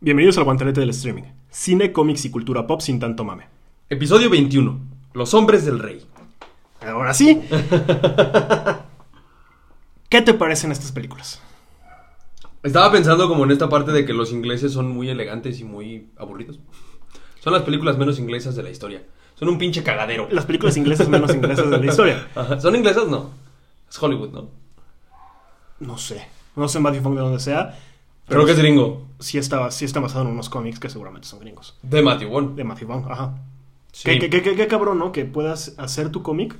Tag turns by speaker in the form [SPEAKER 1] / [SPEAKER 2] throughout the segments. [SPEAKER 1] Bienvenidos al guantelete del streaming. Cine, cómics y cultura pop sin tanto mame.
[SPEAKER 2] Episodio 21. Los hombres del rey.
[SPEAKER 1] Ahora sí. ¿Qué te parecen estas películas?
[SPEAKER 2] Estaba pensando como en esta parte de que los ingleses son muy elegantes y muy aburridos. Son las películas menos inglesas de la historia. Son un pinche cagadero.
[SPEAKER 1] Las películas inglesas menos inglesas de la historia.
[SPEAKER 2] Ajá. ¿Son inglesas? No. Es Hollywood, ¿no?
[SPEAKER 1] No sé. No sé Matthew Fong de dónde sea.
[SPEAKER 2] Creo que es gringo.
[SPEAKER 1] sí está, sí está basado en unos cómics que seguramente son gringos.
[SPEAKER 2] De Matthew Vaughn.
[SPEAKER 1] De Matthew Fong, ajá.
[SPEAKER 2] Sí.
[SPEAKER 1] ¿Qué, qué- qué- qué- qué cabrón, ¿no? Que puedas hacer tu cómic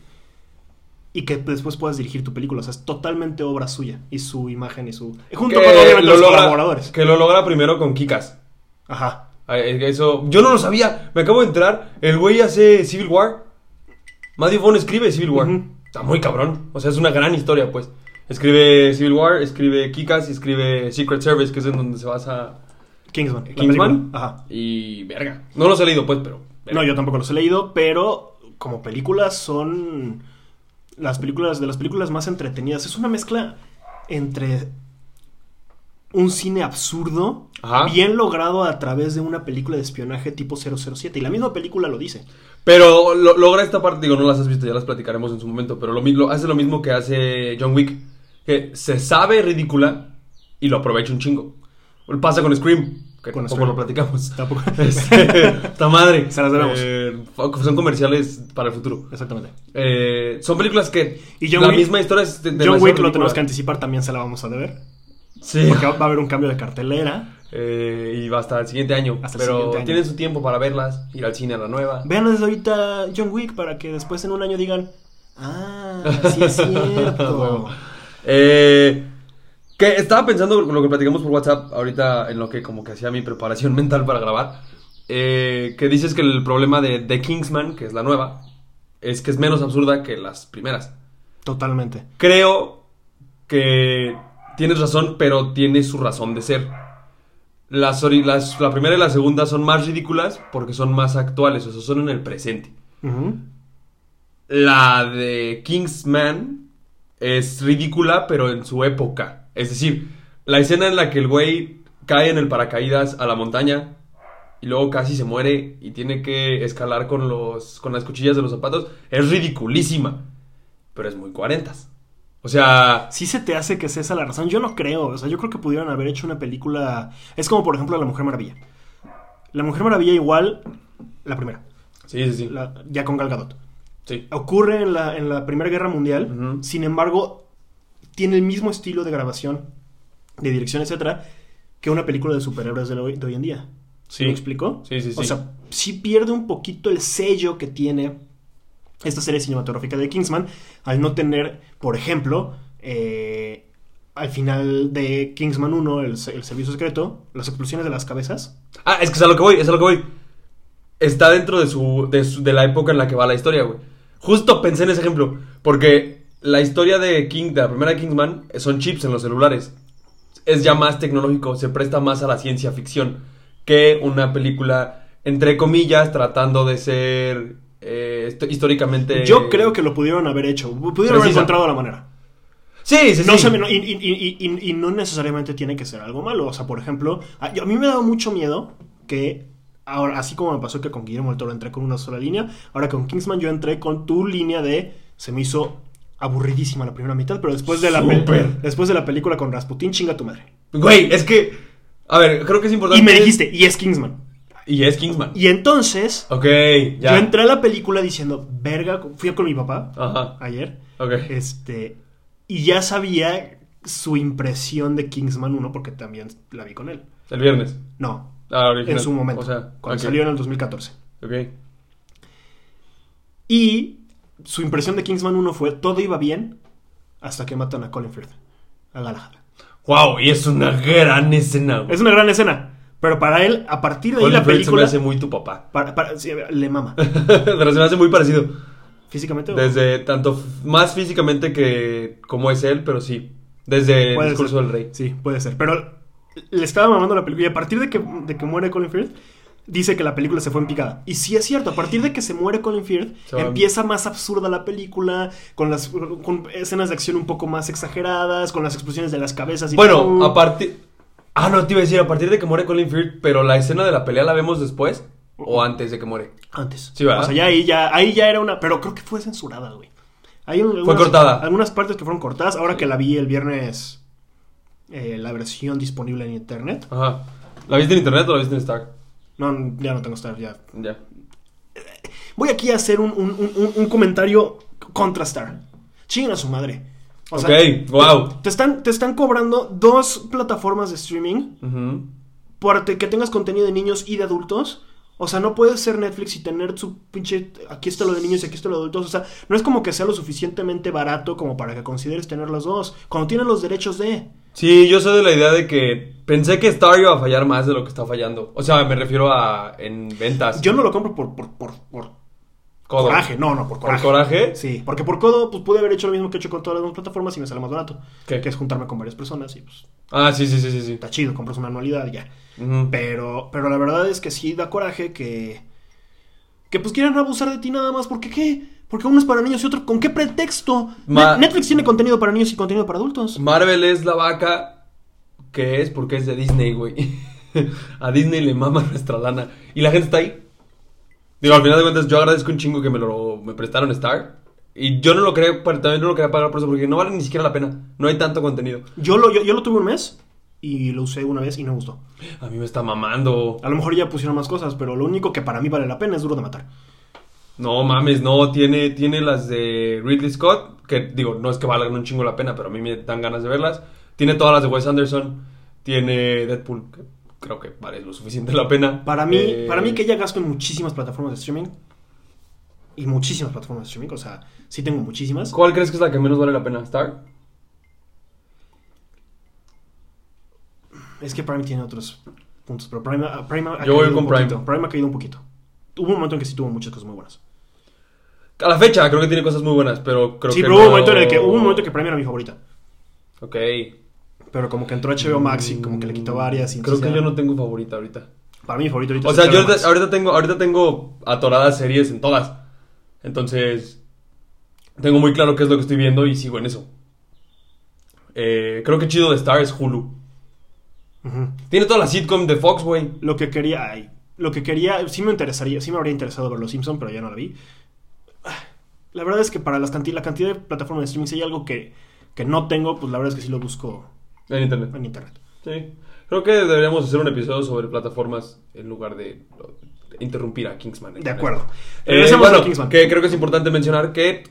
[SPEAKER 1] y que después puedas dirigir tu película. O sea, es totalmente obra suya y su imagen y su... Junto con
[SPEAKER 2] Que
[SPEAKER 1] obviamente
[SPEAKER 2] lo
[SPEAKER 1] los
[SPEAKER 2] logra-
[SPEAKER 1] colaboradores.
[SPEAKER 2] Que lo logra primero con Kikas.
[SPEAKER 1] Ajá.
[SPEAKER 2] Ah, eh, Eso, yo no lo sabía. Me acabo de enterar. El güey hace Civil War. Matthew Vaughn escribe Civil War.
[SPEAKER 1] Ujú.
[SPEAKER 2] Está muy cabrón. O sea, es una gran historia, pues. Escribe Civil War, escribe Kikas y escribe Secret Service, que es en donde se basa
[SPEAKER 1] Kingsman. la
[SPEAKER 2] Kingsman.
[SPEAKER 1] película. Ajá.
[SPEAKER 2] Y verga. No los he leído, pues, pero. verga.
[SPEAKER 1] No, yo tampoco los he leído, pero como películas son las películas de las películas más entretenidas. Es una mezcla entre un cine absurdo,
[SPEAKER 2] Ajá.
[SPEAKER 1] bien logrado a través de una película de espionaje tipo 007. Y la misma película lo dice.
[SPEAKER 2] Pero lo- logra esta parte, digo, no las has visto, ya las platicaremos en su momento, pero lo, mi- lo- hace lo mismo que hace John Wick, que se sabe ridícula y lo aprovecha un chingo. Pasa con Scream, que
[SPEAKER 1] Con
[SPEAKER 2] tampoco
[SPEAKER 1] Scream.
[SPEAKER 2] lo platicamos.
[SPEAKER 1] Tampoco.
[SPEAKER 2] Este, Esta madre.
[SPEAKER 1] Se las debemos.
[SPEAKER 2] Eh, son comerciales para el futuro.
[SPEAKER 1] Exactamente.
[SPEAKER 2] Eh, son películas que
[SPEAKER 1] Y John
[SPEAKER 2] la
[SPEAKER 1] Wick-
[SPEAKER 2] misma historia es de,
[SPEAKER 1] John
[SPEAKER 2] demasiado
[SPEAKER 1] Wick lo
[SPEAKER 2] ridícula.
[SPEAKER 1] tenemos que anticipar, también se la vamos a deber.
[SPEAKER 2] Sí.
[SPEAKER 1] Porque va va a haber un cambio de cartelera.
[SPEAKER 2] Eh, y va hasta el siguiente año.
[SPEAKER 1] Hasta el
[SPEAKER 2] pero
[SPEAKER 1] siguiente año.
[SPEAKER 2] tienen su tiempo para verlas, ir al cine a la nueva.
[SPEAKER 1] Vean desde ahorita John Wick para que después en un año digan, ah, sí es cierto.
[SPEAKER 2] Huevo. Eh, que estaba pensando lo que platicamos por WhatsApp ahorita en lo que como que hacía mi preparación mental para grabar. eh, que dices que el problema de The Kingsman, que es la nueva, es que es menos absurda que las primeras.
[SPEAKER 1] Totalmente.
[SPEAKER 2] Creo que tienes razón, pero tiene su razón de ser. Las, ori- las- la primera y la segunda son más ridículas porque son más actuales, o sea, son en el presente.
[SPEAKER 1] Ujú.
[SPEAKER 2] La de Kingsman es ridícula, pero en su época. Es decir, la escena en la que el güey cae en el paracaídas a la montaña y luego casi se muere y tiene que escalar con, los, con las cuchillas de los zapatos es ridiculísima, pero es muy cuarentas. O sea,
[SPEAKER 1] Sí se te hace que sea esa la razón. Yo no creo. O sea, yo creo que pudieran haber hecho una película. Es como, por ejemplo, La Mujer Maravilla. La Mujer Maravilla igual, la primera,
[SPEAKER 2] sí, sí, sí.
[SPEAKER 1] la- ya con Gal Gadot.
[SPEAKER 2] sí.
[SPEAKER 1] Ocurre en la, en la Primera Guerra Mundial.
[SPEAKER 2] Ujú.
[SPEAKER 1] Sin embargo, tiene el mismo estilo de grabación, de dirección, etcétera, que una película de superhéroes de hoy, de hoy en día.
[SPEAKER 2] Sí.
[SPEAKER 1] ¿Me explicó?
[SPEAKER 2] Sí, sí,
[SPEAKER 1] O
[SPEAKER 2] sí.
[SPEAKER 1] sea, sí pierde un poquito el sello que tiene esta serie cinematográfica de Kingsman al no tener, por ejemplo, eh, al final de Kingsman 1, el, se- el servicio secreto, las explosiones de las cabezas.
[SPEAKER 2] Ah, es que es a lo que voy, es a lo que voy. Está dentro de su, de su- de la época en la que va la historia, güey. Justo pensé en ese ejemplo, porque la historia de King, de la primera Kingsman, eh, son chips en los celulares. Es ya más tecnológico, se presta más a la ciencia ficción que una película, entre comillas, tratando de ser eh, esto- históricamente...
[SPEAKER 1] Yo creo que lo pudieron haber hecho, pudieron haber
[SPEAKER 2] Precisa.
[SPEAKER 1] encontrado la manera.
[SPEAKER 2] Sí, sí,
[SPEAKER 1] No
[SPEAKER 2] sí.
[SPEAKER 1] se me- no- y, y- y- y- y no necesariamente tiene que ser algo malo. O sea, por ejemplo, a, yo- a mí me ha dado mucho miedo que, ahora, así como me pasó que con Guillermo del Toro entré con una sola línea, ahora con Kingsman yo entré con tu línea de. Se me hizo aburridísima la primera mitad, pero después de la, pel-
[SPEAKER 2] Súper.
[SPEAKER 1] después de la película con Rasputin, chinga tu madre.
[SPEAKER 2] Güey, es que... A ver, creo que es importante...
[SPEAKER 1] Y me dijiste, y es Kingsman.
[SPEAKER 2] Y es Kingsman.
[SPEAKER 1] Y entonces,
[SPEAKER 2] Ok,
[SPEAKER 1] yo
[SPEAKER 2] ya.
[SPEAKER 1] entré a la película diciendo, verga, fui con mi papá
[SPEAKER 2] Ajá,
[SPEAKER 1] ayer.
[SPEAKER 2] ok.
[SPEAKER 1] Este, y ya sabía su impresión de Kingsman 1 porque también la vi con él.
[SPEAKER 2] El viernes.
[SPEAKER 1] No,
[SPEAKER 2] Ah, original.
[SPEAKER 1] en su momento,
[SPEAKER 2] O sea,
[SPEAKER 1] cuando
[SPEAKER 2] ok,
[SPEAKER 1] salió en el 2014.
[SPEAKER 2] ok.
[SPEAKER 1] Y su impresión de Kingsman 1 fue todo iba bien hasta que matan a Colin Firth, a Galahad.
[SPEAKER 2] Wow, y es una gran escena. güey.
[SPEAKER 1] Es una gran escena, pero para él a partir de ahí
[SPEAKER 2] Colin
[SPEAKER 1] la
[SPEAKER 2] Firth se me
[SPEAKER 1] película
[SPEAKER 2] hace muy tu papá.
[SPEAKER 1] para- para- sí, le mama
[SPEAKER 2] Pero se me hace muy parecido.
[SPEAKER 1] físicamente. o-
[SPEAKER 2] Desde tanto f- más físicamente que como es él, pero sí. Desde el
[SPEAKER 1] Puede
[SPEAKER 2] discurso
[SPEAKER 1] ser.
[SPEAKER 2] del rey.
[SPEAKER 1] Sí, puede ser. Pero le estaba mamando la película. Y a partir de que, de que muere Colin Firth, dice que la película se fue en picada. Y sí es cierto, a partir de que se muere Colin Firth,
[SPEAKER 2] Se va-
[SPEAKER 1] empieza más absurda la película, con las con escenas de acción un poco más exageradas, con las explosiones de las cabezas y
[SPEAKER 2] Bueno,
[SPEAKER 1] ¡pum!
[SPEAKER 2] aparte. Ah, no, te iba a decir, a partir de que muere Colin Firth, pero la escena de la pelea la vemos después o antes de que muere.
[SPEAKER 1] Antes.
[SPEAKER 2] Sí, ¿verdad?
[SPEAKER 1] O sea, ya ahí, ya ahí ya era una. Pero creo que fue censurada, güey. Hay un- algunas-
[SPEAKER 2] cortada.
[SPEAKER 1] Algunas partes que fueron cortadas. Ahora que la vi el viernes, eh, la versión disponible en internet.
[SPEAKER 2] Ajá. ¿La viste en internet o la viste en Stark?
[SPEAKER 1] No, ya no tengo Star, ya.
[SPEAKER 2] Ya.
[SPEAKER 1] Voy aquí a hacer un, un, un- un- un comentario contra Star. Chinguen a su madre. O sea,
[SPEAKER 2] Ok, wow.
[SPEAKER 1] Te están, te están cobrando dos plataformas de streaming
[SPEAKER 2] Ujú.
[SPEAKER 1] por te- que tengas contenido de niños y de adultos. O sea, no puedes ser Netflix y tener su pinche. Aquí está lo de niños y aquí está lo de adultos. O sea, no es como que sea lo suficientemente barato como para que consideres tener las dos. Cuando tienen los derechos de.
[SPEAKER 2] Sí, yo soy de la idea de que pensé que Star iba a fallar más de lo que está fallando. O sea, me refiero a en ventas.
[SPEAKER 1] Yo no lo compro por, por, por, por
[SPEAKER 2] Codo.
[SPEAKER 1] coraje. No, no, por
[SPEAKER 2] ¿Por
[SPEAKER 1] coraje.
[SPEAKER 2] coraje?
[SPEAKER 1] Sí, porque por codo, pues pude haber hecho lo mismo que he hecho con todas las demás plataformas y me sale más barato.
[SPEAKER 2] ¿Qué?
[SPEAKER 1] Que es juntarme con varias personas y pues
[SPEAKER 2] Ah, sí, sí, sí, sí, sí.
[SPEAKER 1] está chido, compras una anualidad y ya.
[SPEAKER 2] Ujú.
[SPEAKER 1] Pero, pero la verdad es que sí da coraje que. Que pues quieran abusar de ti nada más. porque qué? Porque uno es para niños y otro. ¿Con qué pretexto?
[SPEAKER 2] Ma-
[SPEAKER 1] Ne- Netflix tiene contenido para niños y contenido para adultos.
[SPEAKER 2] Marvel es la vaca que es porque es de Disney, güey. a Disney le mama nuestra lana. Y la gente está ahí. Digo, al final de cuentas, yo agradezco un chingo que me lo me prestaron Star. Y yo no lo quería, pa- también no lo quería pagar por eso, porque no vale ni siquiera la pena. No hay tanto contenido.
[SPEAKER 1] Yo lo, yo, yo lo tuve un mes y lo usé una vez y no me gustó.
[SPEAKER 2] A mí me está mamando.
[SPEAKER 1] A lo mejor ya pusieron más cosas, pero lo único que para mí vale la pena es duro de matar.
[SPEAKER 2] No mames, no, tiene, tiene las de Ridley Scott, que digo, no es que valgan un chingo la pena, pero a mí me dan ganas de verlas. Tiene todas las de Wes Anderson, tiene Deadpool, que creo que vale lo suficiente la pena.
[SPEAKER 1] Para mí,
[SPEAKER 2] Eh,
[SPEAKER 1] para mí que ya gasto en muchísimas plataformas de streaming. Y muchísimas plataformas de streaming. O sea, sí tengo muchísimas.
[SPEAKER 2] ¿Cuál crees que es la que menos vale la pena? ¿Star?
[SPEAKER 1] Es que Prime tiene otros puntos, pero Prime, ha- Prime ha ha
[SPEAKER 2] Yo voy
[SPEAKER 1] caído
[SPEAKER 2] con
[SPEAKER 1] un
[SPEAKER 2] Prime.
[SPEAKER 1] poquito. Prime ha caído un poquito. Hubo un momento en que sí tuvo muchas cosas muy buenas.
[SPEAKER 2] A la fecha creo que tiene cosas muy buenas, pero creo
[SPEAKER 1] sí,
[SPEAKER 2] que
[SPEAKER 1] pero hubo,
[SPEAKER 2] no-
[SPEAKER 1] un momento en el que, hubo un momento que Prime era mi favorita.
[SPEAKER 2] Ok.
[SPEAKER 1] Pero como que entró HBO Max y como que le quitó varias. Y
[SPEAKER 2] Creo
[SPEAKER 1] entonces
[SPEAKER 2] que
[SPEAKER 1] ya-
[SPEAKER 2] yo no tengo favorita ahorita.
[SPEAKER 1] Para mí mi favorito ahorita
[SPEAKER 2] O
[SPEAKER 1] es
[SPEAKER 2] sea, yo
[SPEAKER 1] HBO Max.
[SPEAKER 2] ahorita, ahorita tengo, ahorita tengo atoradas series en todas. Entonces, tengo muy claro qué es lo que estoy viendo y sigo en eso. Eh, creo que chido de Star es Hulu.
[SPEAKER 1] Ujú.
[SPEAKER 2] Tiene toda la sitcom de Fox, güey.
[SPEAKER 1] Lo que quería... ay, lo que quería... Sí me interesaría... Sí me habría interesado ver Los Simpsons, pero ya no la vi. Ah, La verdad es que para las canti- la cantidad de plataformas de streaming, si hay algo que, que no tengo, pues la verdad es que sí lo busco
[SPEAKER 2] En internet.
[SPEAKER 1] en internet.
[SPEAKER 2] Sí. Creo que deberíamos hacer un episodio sobre plataformas en lugar de lo- de interrumpir a Kingsman.
[SPEAKER 1] De acuerdo.
[SPEAKER 2] Eh,
[SPEAKER 1] Regresemos
[SPEAKER 2] bueno,
[SPEAKER 1] a Kingsman.
[SPEAKER 2] que creo que es importante mencionar que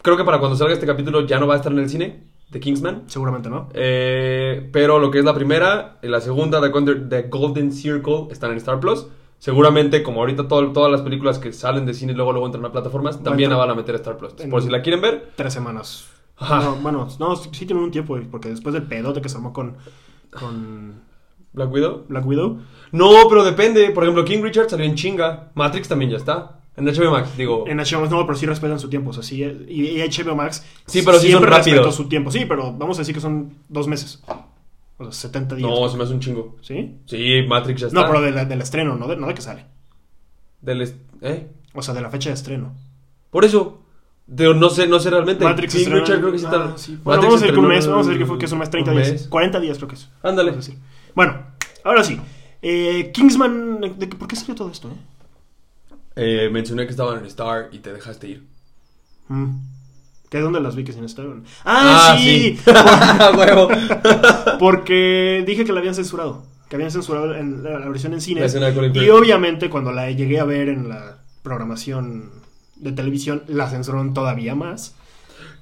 [SPEAKER 2] creo que para cuando salga este capítulo ya no va a estar en el cine de Kingsman.
[SPEAKER 1] Seguramente, ¿no?
[SPEAKER 2] Eh, pero lo que es la primera, y la segunda, The, Golden- The Golden Circle, están en Star Plus. Seguramente, como ahorita todo- todas las películas que salen de cine y luego, luego entran a plataformas, también la
[SPEAKER 1] entrar.
[SPEAKER 2] van a meter a Star Plus.
[SPEAKER 1] En-
[SPEAKER 2] Por si la quieren ver.
[SPEAKER 1] tres semanas.
[SPEAKER 2] Ajá.
[SPEAKER 1] No, bueno, no, sí sí tienen un tiempo, güey, porque después del pedote que se armó con, con
[SPEAKER 2] Black Widow.
[SPEAKER 1] Black Widow.
[SPEAKER 2] No, pero depende. Por ejemplo, King Richard salió en chinga. Matrix también ya está. En HBO Max, digo.
[SPEAKER 1] En HBO Max, no, pero sí respetan su tiempo. O sea, sí, y, y HBO Max
[SPEAKER 2] Sí, pero sí son
[SPEAKER 1] siempre respetó
[SPEAKER 2] rápidos.
[SPEAKER 1] su tiempo. Sí, pero vamos a decir que son dos meses. O sea, 70 días.
[SPEAKER 2] No, se me hace un chingo.
[SPEAKER 1] ¿Sí?
[SPEAKER 2] Sí, Matrix ya está.
[SPEAKER 1] No, pero de la- del estreno, no de, no de que sale.
[SPEAKER 2] Del est- ¿Eh?
[SPEAKER 1] O sea, de la fecha de estreno.
[SPEAKER 2] Por eso. Digo, no sé, no sé realmente.
[SPEAKER 1] Matrix
[SPEAKER 2] King
[SPEAKER 1] estrenó-
[SPEAKER 2] Richard creo que sí
[SPEAKER 1] ah,
[SPEAKER 2] está.
[SPEAKER 1] sí. Bueno,
[SPEAKER 2] Matrix
[SPEAKER 1] vamos a decir que un
[SPEAKER 2] estrenó-
[SPEAKER 1] mes, vamos a decir que fue que son más 30
[SPEAKER 2] un
[SPEAKER 1] días.
[SPEAKER 2] mes.
[SPEAKER 1] 40 días creo que es.
[SPEAKER 2] Ándale.
[SPEAKER 1] Vamos a decir. Bueno, ahora sí. Eh, Kingsman, ¿de qué- ¿por qué salió todo esto? Eh?
[SPEAKER 2] Eh, mencioné que estaban en Star y te dejaste ir.
[SPEAKER 1] Mm. ¿Que dónde las vi que sin estar? Ah, sí.
[SPEAKER 2] Huevo.
[SPEAKER 1] Porque dije que la habían censurado. Que habían censurado en la, la versión en cine.
[SPEAKER 2] La escena de Colin
[SPEAKER 1] y
[SPEAKER 2] Firth.
[SPEAKER 1] obviamente cuando la llegué a ver en la programación de televisión, la censuraron todavía más.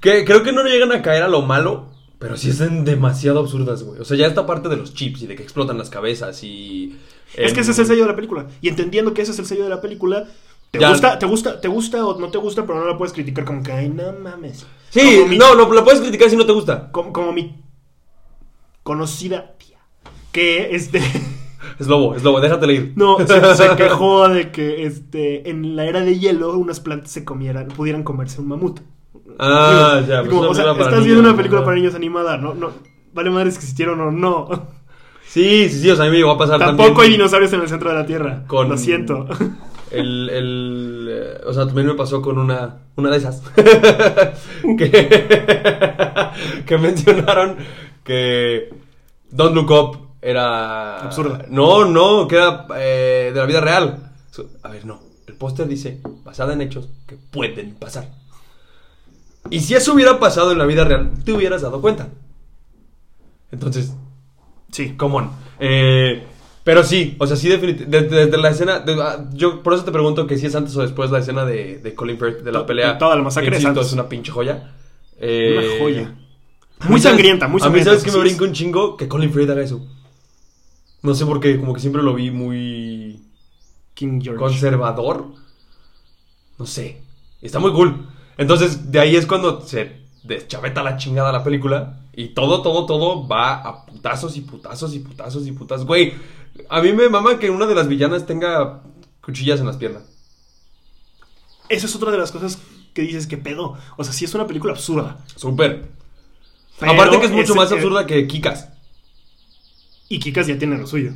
[SPEAKER 2] Que creo que no llegan a caer a lo malo, pero sí están demasiado absurdas, güey. O sea, ya esta parte de los chips y de que explotan las cabezas y.
[SPEAKER 1] Es
[SPEAKER 2] em,
[SPEAKER 1] que ese es el sello de la película. Y entendiendo que ese es el sello de la película, te
[SPEAKER 2] Ya.
[SPEAKER 1] gusta, te gusta, te gusta o no te gusta, pero no la puedes criticar como que, ay, no mames.
[SPEAKER 2] Sí,
[SPEAKER 1] Como mi-
[SPEAKER 2] no, lo, lo puedes criticar si no te gusta.
[SPEAKER 1] Como, como mi conocida tía. Que este.
[SPEAKER 2] Es lobo, es lobo, déjatele ir.
[SPEAKER 1] No, se, se quejó de que este, en la era de hielo unas plantas se comieran, pudieran comerse un mamut.
[SPEAKER 2] Ah,
[SPEAKER 1] Digo,
[SPEAKER 2] ya, pues
[SPEAKER 1] como,
[SPEAKER 2] una
[SPEAKER 1] o sea,
[SPEAKER 2] película para
[SPEAKER 1] estás
[SPEAKER 2] niños,
[SPEAKER 1] viendo una
[SPEAKER 2] ajá.
[SPEAKER 1] película para niños animada, ¿no? no vale madres que existieron o no.
[SPEAKER 2] Sí, sí, sí, o sea, a mí me llegó a pasar
[SPEAKER 1] Tampoco hay
[SPEAKER 2] también
[SPEAKER 1] dinosaurios en el centro de la Tierra.
[SPEAKER 2] Con-
[SPEAKER 1] Lo siento.
[SPEAKER 2] El, el, eh, o sea, también me pasó con una, una de esas. que, que mencionaron que Don't Look Up era...
[SPEAKER 1] Absurda.
[SPEAKER 2] No, no, que era eh, de la vida real. So- A ver, no. El póster dice, basada en hechos que pueden pasar. Y si eso hubiera pasado en la vida real, te hubieras dado cuenta. Entonces,
[SPEAKER 1] Sí.
[SPEAKER 2] come on. Eh, pero sí, o sea, sí, definitivamente. Desde la escena. de- ah, yo por eso te pregunto que si es antes o después la escena de, de Colin Firth, de la
[SPEAKER 1] To-
[SPEAKER 2] pelea.
[SPEAKER 1] toda la masacre es
[SPEAKER 2] Insisto,
[SPEAKER 1] antes.
[SPEAKER 2] es una pinche joya. Eh,
[SPEAKER 1] Una joya. Muy
[SPEAKER 2] a mí, ¿sabes?
[SPEAKER 1] sangrienta, muy sangrienta.
[SPEAKER 2] A mí, ¿sabes que
[SPEAKER 1] sí,
[SPEAKER 2] me brinca
[SPEAKER 1] sí.
[SPEAKER 2] un chingo? Que Colin Firth haga eso. No sé por qué, como que siempre lo vi muy
[SPEAKER 1] King George.
[SPEAKER 2] conservador. No sé. Está muy cool. Entonces, de ahí es cuando se deschaveta la chingada la película. Y todo, todo, todo va a putazos y putazos y putazos y putazos. Güey, a mí me mama que una de las villanas tenga cuchillas en las piernas.
[SPEAKER 1] Esa es otra de las cosas que dices, que pedo? O sea, sí es una película absurda.
[SPEAKER 2] Súper.
[SPEAKER 1] pero
[SPEAKER 2] Aparte que es mucho más
[SPEAKER 1] eh,
[SPEAKER 2] absurda que Kikas.
[SPEAKER 1] Y Kikas ya tiene lo suyo.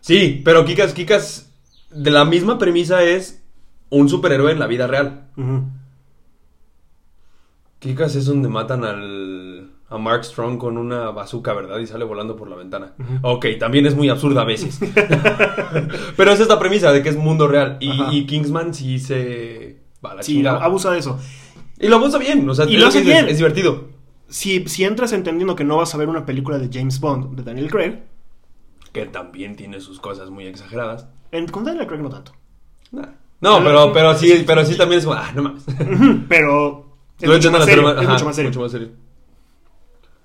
[SPEAKER 2] Sí, pero Kikas, Kikas, de la misma premisa es un superhéroe en la vida real.
[SPEAKER 1] Ujú.
[SPEAKER 2] Kikas es donde matan al a Mark Strong con una bazooka, ¿verdad? Y sale volando por la ventana.
[SPEAKER 1] Ujú.
[SPEAKER 2] Ok, también es muy absurda a veces. Pero es esta premisa de que es mundo real. Y,
[SPEAKER 1] Ajá.
[SPEAKER 2] y Kingsman sí se va a la
[SPEAKER 1] Sí,
[SPEAKER 2] chingada.
[SPEAKER 1] abusa de eso.
[SPEAKER 2] Y lo abusa bien, o sea,
[SPEAKER 1] Y
[SPEAKER 2] es
[SPEAKER 1] lo
[SPEAKER 2] que
[SPEAKER 1] hace
[SPEAKER 2] dices,
[SPEAKER 1] bien.
[SPEAKER 2] Es divertido.
[SPEAKER 1] Si, si entras entendiendo que no vas a ver una película de James Bond de Daniel Craig,
[SPEAKER 2] Que también tiene sus cosas muy exageradas.
[SPEAKER 1] en, con Daniel Craig no tanto.
[SPEAKER 2] Nah. No, pero, pero sí, pero sí también es como, ah, no mames.
[SPEAKER 1] Ujú, Pero es,
[SPEAKER 2] Lo
[SPEAKER 1] mucho
[SPEAKER 2] entiendo
[SPEAKER 1] más,
[SPEAKER 2] la
[SPEAKER 1] serio,
[SPEAKER 2] trama,
[SPEAKER 1] es
[SPEAKER 2] ajá,
[SPEAKER 1] mucho más serio.
[SPEAKER 2] Mucho más serio.